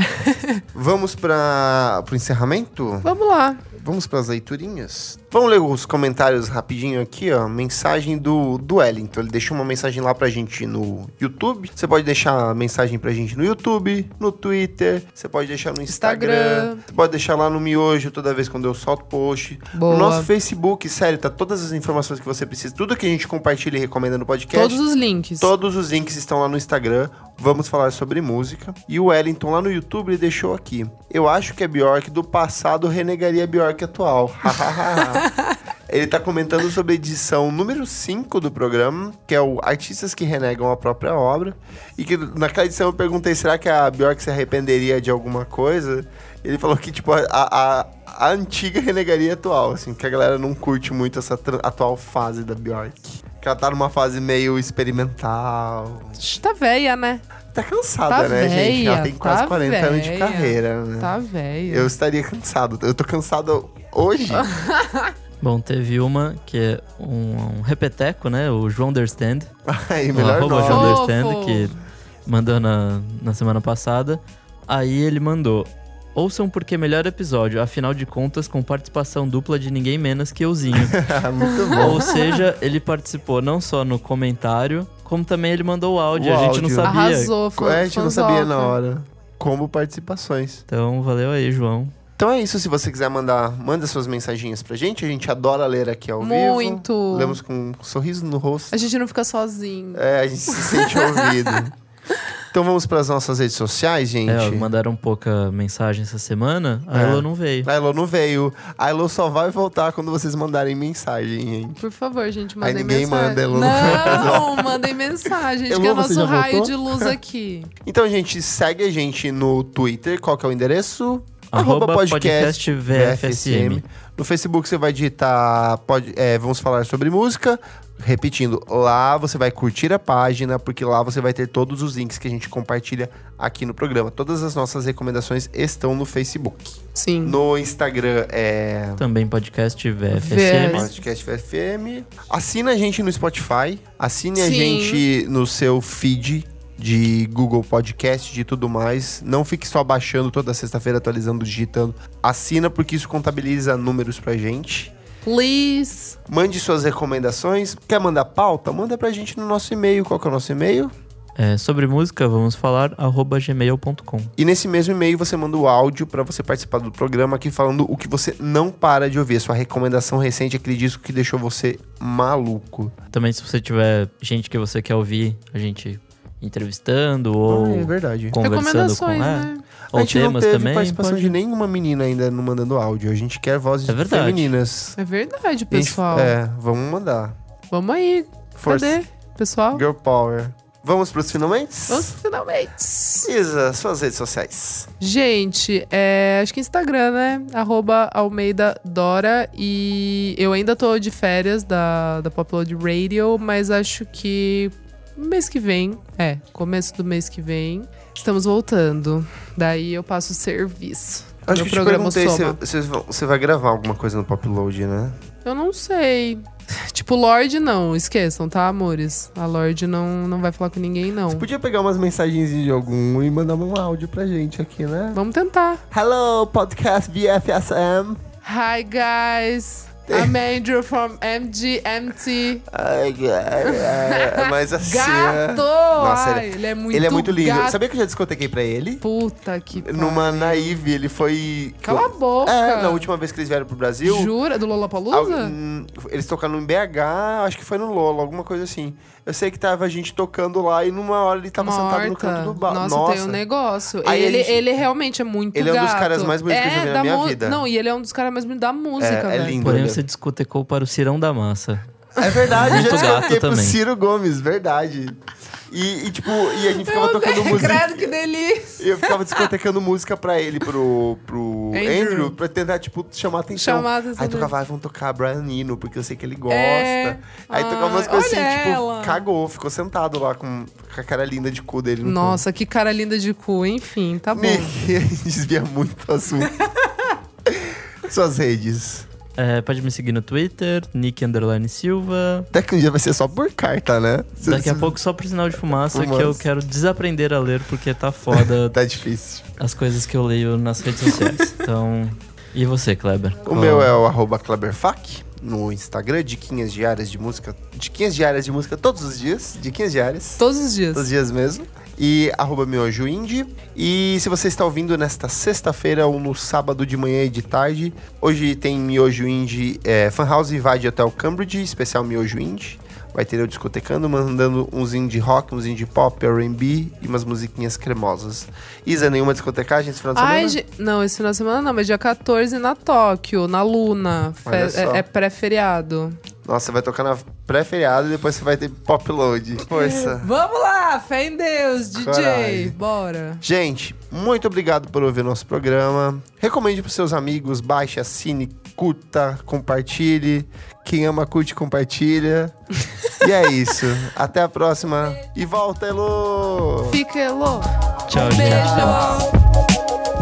S1: Vamos para pro encerramento?
S2: Vamos lá.
S1: Vamos pras leiturinhas? Vamos ler os comentários rapidinho aqui, ó. Mensagem do, do Wellington. Ele deixou uma mensagem lá pra gente no YouTube. Você pode deixar a mensagem pra gente no YouTube, no Twitter. Você pode deixar no Instagram.
S2: Instagram.
S1: Você pode deixar lá no Miojo toda vez quando eu solto post.
S2: Boa.
S1: No nosso Facebook, sério, tá todas as informações que você precisa. Tudo que a gente compartilha e recomenda no podcast.
S2: Todos os links.
S1: Todos os links estão lá no Instagram. Vamos falar sobre música. E o Wellington lá no YouTube ele deixou aqui. Eu acho que a Bjork do passado renegaria a Bjork atual. ele tá comentando sobre a edição número 5 do programa, que é o Artistas que Renegam a Própria Obra. E que naquela edição eu perguntei, será que a Bjork se arrependeria de alguma coisa? Ele falou que, tipo, a, a, a antiga renegaria a atual, assim, que a galera não curte muito essa tra- atual fase da Bjork. Que ela tá numa fase meio experimental.
S2: Tá velha, né?
S1: Tá cansada,
S2: Tá
S1: né, gente? Ela
S2: véia,
S1: tem quase
S2: tá
S1: 40 anos de
S2: véia.
S1: carreira, né?
S2: Tá velha.
S1: Eu estaria cansado. Eu tô cansado hoje.
S3: Bom, teve uma que é um, um repeteco, né? O João Understand.
S1: Aí,
S3: O
S1: melhor
S3: arroba
S1: não.
S2: João-
S3: João
S2: Fofo.
S3: Understand, que mandou na, na semana passada. Aí ele mandou. Ouçam porque melhor episódio, afinal de contas, com participação dupla de ninguém menos que euzinho.
S1: Ah, Muito bom.
S3: Ou seja, ele participou não só no comentário, como também ele mandou o áudio.
S1: O
S3: a gente não
S1: áudio.
S3: sabia.
S2: Arrasou, foi.
S1: É, a gente não
S2: fanzoca.
S1: sabia na hora. Como participações.
S3: Então valeu aí, João.
S1: Então é isso. Se você quiser mandar, manda suas mensaginhas pra gente. A gente adora ler aqui ao vivo.
S2: Muito.
S1: Lemos com um sorriso no rosto.
S2: A gente não fica sozinho.
S1: É, a gente se sente ouvido. Então vamos pras nossas redes sociais, gente.
S3: É, ó, mandaram pouca mensagem essa semana, a
S1: É.
S3: Elo não veio.
S1: A Elo não veio. A Elo só vai voltar quando vocês mandarem mensagem, gente.
S2: Por favor, gente, mandem
S1: ninguém
S2: mensagem.
S1: manda, Elô.
S2: Não, mandem mensagem, gente,
S1: Elô,
S2: que é o
S1: você
S2: nosso
S1: já
S2: raio
S1: voltou?
S2: de luz aqui.
S1: Então, gente, segue a gente no Twitter. Qual que é o endereço?
S3: Arroba podcast VFSM.
S1: No Facebook você vai digitar pod- é, Vamos Falar Sobre Música. Repetindo, lá você vai curtir a página, porque lá você vai ter todos os links que a gente compartilha aqui no programa. Todas as nossas recomendações estão no Facebook.
S2: Sim.
S1: No Instagram é
S3: Também podcast
S2: VFSM.
S3: VFSM.
S1: Podcast FM. Assina a gente no Spotify. Assine a
S2: Sim.
S1: gente no seu feed de Google Podcast, de tudo mais. Não fique só baixando toda sexta-feira, atualizando, digitando. Assina, porque isso contabiliza números pra gente.
S2: Please.
S1: Mande suas recomendações. Quer mandar pauta? Manda pra gente no nosso e-mail. Qual que é o nosso e-mail?
S3: É, sobre música, vamos falar, arroba gmail.com.
S1: E nesse mesmo e-mail você manda o áudio pra você participar do programa aqui falando o que você não para de ouvir. Sua recomendação recente, aquele disco que deixou você maluco.
S3: Também se você tiver gente que você quer ouvir, a gente entrevistando ou
S1: Ah, é verdade.
S3: conversando com
S2: Recomendações,
S3: ela.
S2: né?
S1: A
S3: Ou
S1: gente não
S3: temas
S1: teve
S3: também.
S1: participação
S3: pode-
S1: de nenhuma menina ainda não mandando áudio. A gente quer vozes
S3: É verdade.
S1: femininas.
S2: É verdade,
S1: A gente-
S2: pessoal.
S1: É, vamos mandar.
S2: Vamos aí.
S1: Força.
S2: Cadê, pessoal?
S1: Girl Power. Vamos pros finalmente?
S2: Vamos finalmente.
S1: Cisa, suas redes sociais.
S2: Gente, é, acho que Instagram, né? Arroba Almeida Dora. E eu ainda tô de férias da, da Popload Radio, mas acho que mês que vem, é, começo do mês que vem, estamos voltando. Daí eu passo o serviço.
S1: Acho
S2: do
S1: que eu te
S2: programa
S1: perguntei se
S2: Soma.
S1: se você vai gravar alguma coisa no Popload, né?
S2: Eu não sei. Tipo, Lorde não, esqueçam, tá, amores? A Lorde não, não vai falar com ninguém, não.
S1: Podia pegar umas mensagens de algum e mandar um áudio pra gente aqui, né?
S2: Vamos tentar.
S1: Hello, podcast BFSM.
S2: Hi, guys. I'm Andrew from MGMT.
S1: Ai, cara, Mas assim... é-
S2: Gato!
S1: Nossa,
S2: Ai, ele é muito
S1: Ele é muito lindo.
S2: gato.
S1: Sabia que eu já discotequei pra ele?
S2: Puta que pariu.
S1: Numa naive, ele foi...
S2: Cala a boca.
S1: É, na última vez que eles vieram pro Brasil...
S2: Jura? Do
S1: Al-
S2: Lollapalooza?
S1: hum, Eles tocaram em BH, acho que foi no Lolo, alguma coisa assim. Eu sei que tava a gente tocando lá e numa hora ele tava sentado no canto do bar.
S2: Nossa, tem um negócio.
S1: Aí a
S2: ele,
S1: gente-
S2: ele realmente é muito
S1: Ele é um dos
S2: gato.
S1: caras mais bonitos que eu já vi na
S2: da
S1: minha
S2: mu-
S1: vida.
S2: Não, e ele é um dos caras mais bonitos da música,
S1: é
S2: velho.
S1: lindo.
S3: Porém,
S1: olha.
S3: você discotecou para o Cirão da Massa.
S1: É verdade, eu já
S3: Muito gato
S1: descontei pro
S3: também.
S1: Ciro Gomes, verdade. E, e, tipo, e a gente ficava tocando música.
S2: Credo, que delícia.
S1: E eu ficava discotecando música pra ele, pro, pro Andrew.
S2: Andrew.
S1: pra tentar, tipo, chamar a atenção.
S2: Chamar a atenção
S1: Aí
S2: dele.
S1: tocava, ah, vamos tocar Brian Eno, porque eu sei que ele gosta.
S2: É.
S1: Aí tocava umas
S2: Ai,
S1: coisas assim,
S2: olha
S1: tipo,
S2: ela.
S1: cagou, ficou sentado lá com, com a cara linda de cu dele. no canto.
S2: Nossa, que cara linda de cu. Enfim, tá bom.
S1: Nick, a gente desvia muito do assunto. Suas redes.
S3: É, pode me seguir no Twitter, Nick Underline Silva.
S1: Até que um dia vai ser só por carta, né? Cê-
S3: Daqui a
S1: cê-
S3: pouco, só por sinal de fumaça,
S1: Fumaça.
S3: que eu quero desaprender a ler, porque tá foda
S1: Tá difícil.
S3: as coisas que eu leio nas redes sociais. Então, E você, Kleber?
S2: Tá
S1: O meu é o arroba Kleberfac no Instagram, diquinhas diárias de música. Diquinhas diárias de música todos os dias. Diquinhas diárias.
S2: Todos os dias.
S1: Todos os dias mesmo. E arroba miojo indie. E se você está ouvindo nesta sexta-feira ou no sábado de manhã e de tarde, hoje tem miojo indie é, Fan House Invade Hotel Cambridge, especial miojo indie. Vai ter eu discotecando, mandando uns indie rock, uns indie pop, R&B e umas musiquinhas cremosas. Isa, nenhuma discotecagem esse final de semana?
S2: Ai, ge- não, esse final de semana não, mas dia 14 na Tóquio, na Luna. Fe-
S1: Olha só.
S2: é é pré-feriado.
S1: Nossa, você vai tocar na pré-feriado e depois você vai ter pop load. Força.
S2: Vamos lá, fé em Deus, DJ,
S1: Coragem.
S2: bora.
S1: Gente, muito obrigado por ouvir nosso programa. Recomende pros seus amigos, baixe, assine, curta, compartilhe. Quem ama, curte, compartilha. e é isso. Até a próxima. E volta, Elo!
S2: Fica louco.
S3: Tchau,
S2: Um
S3: gente.
S2: beijo.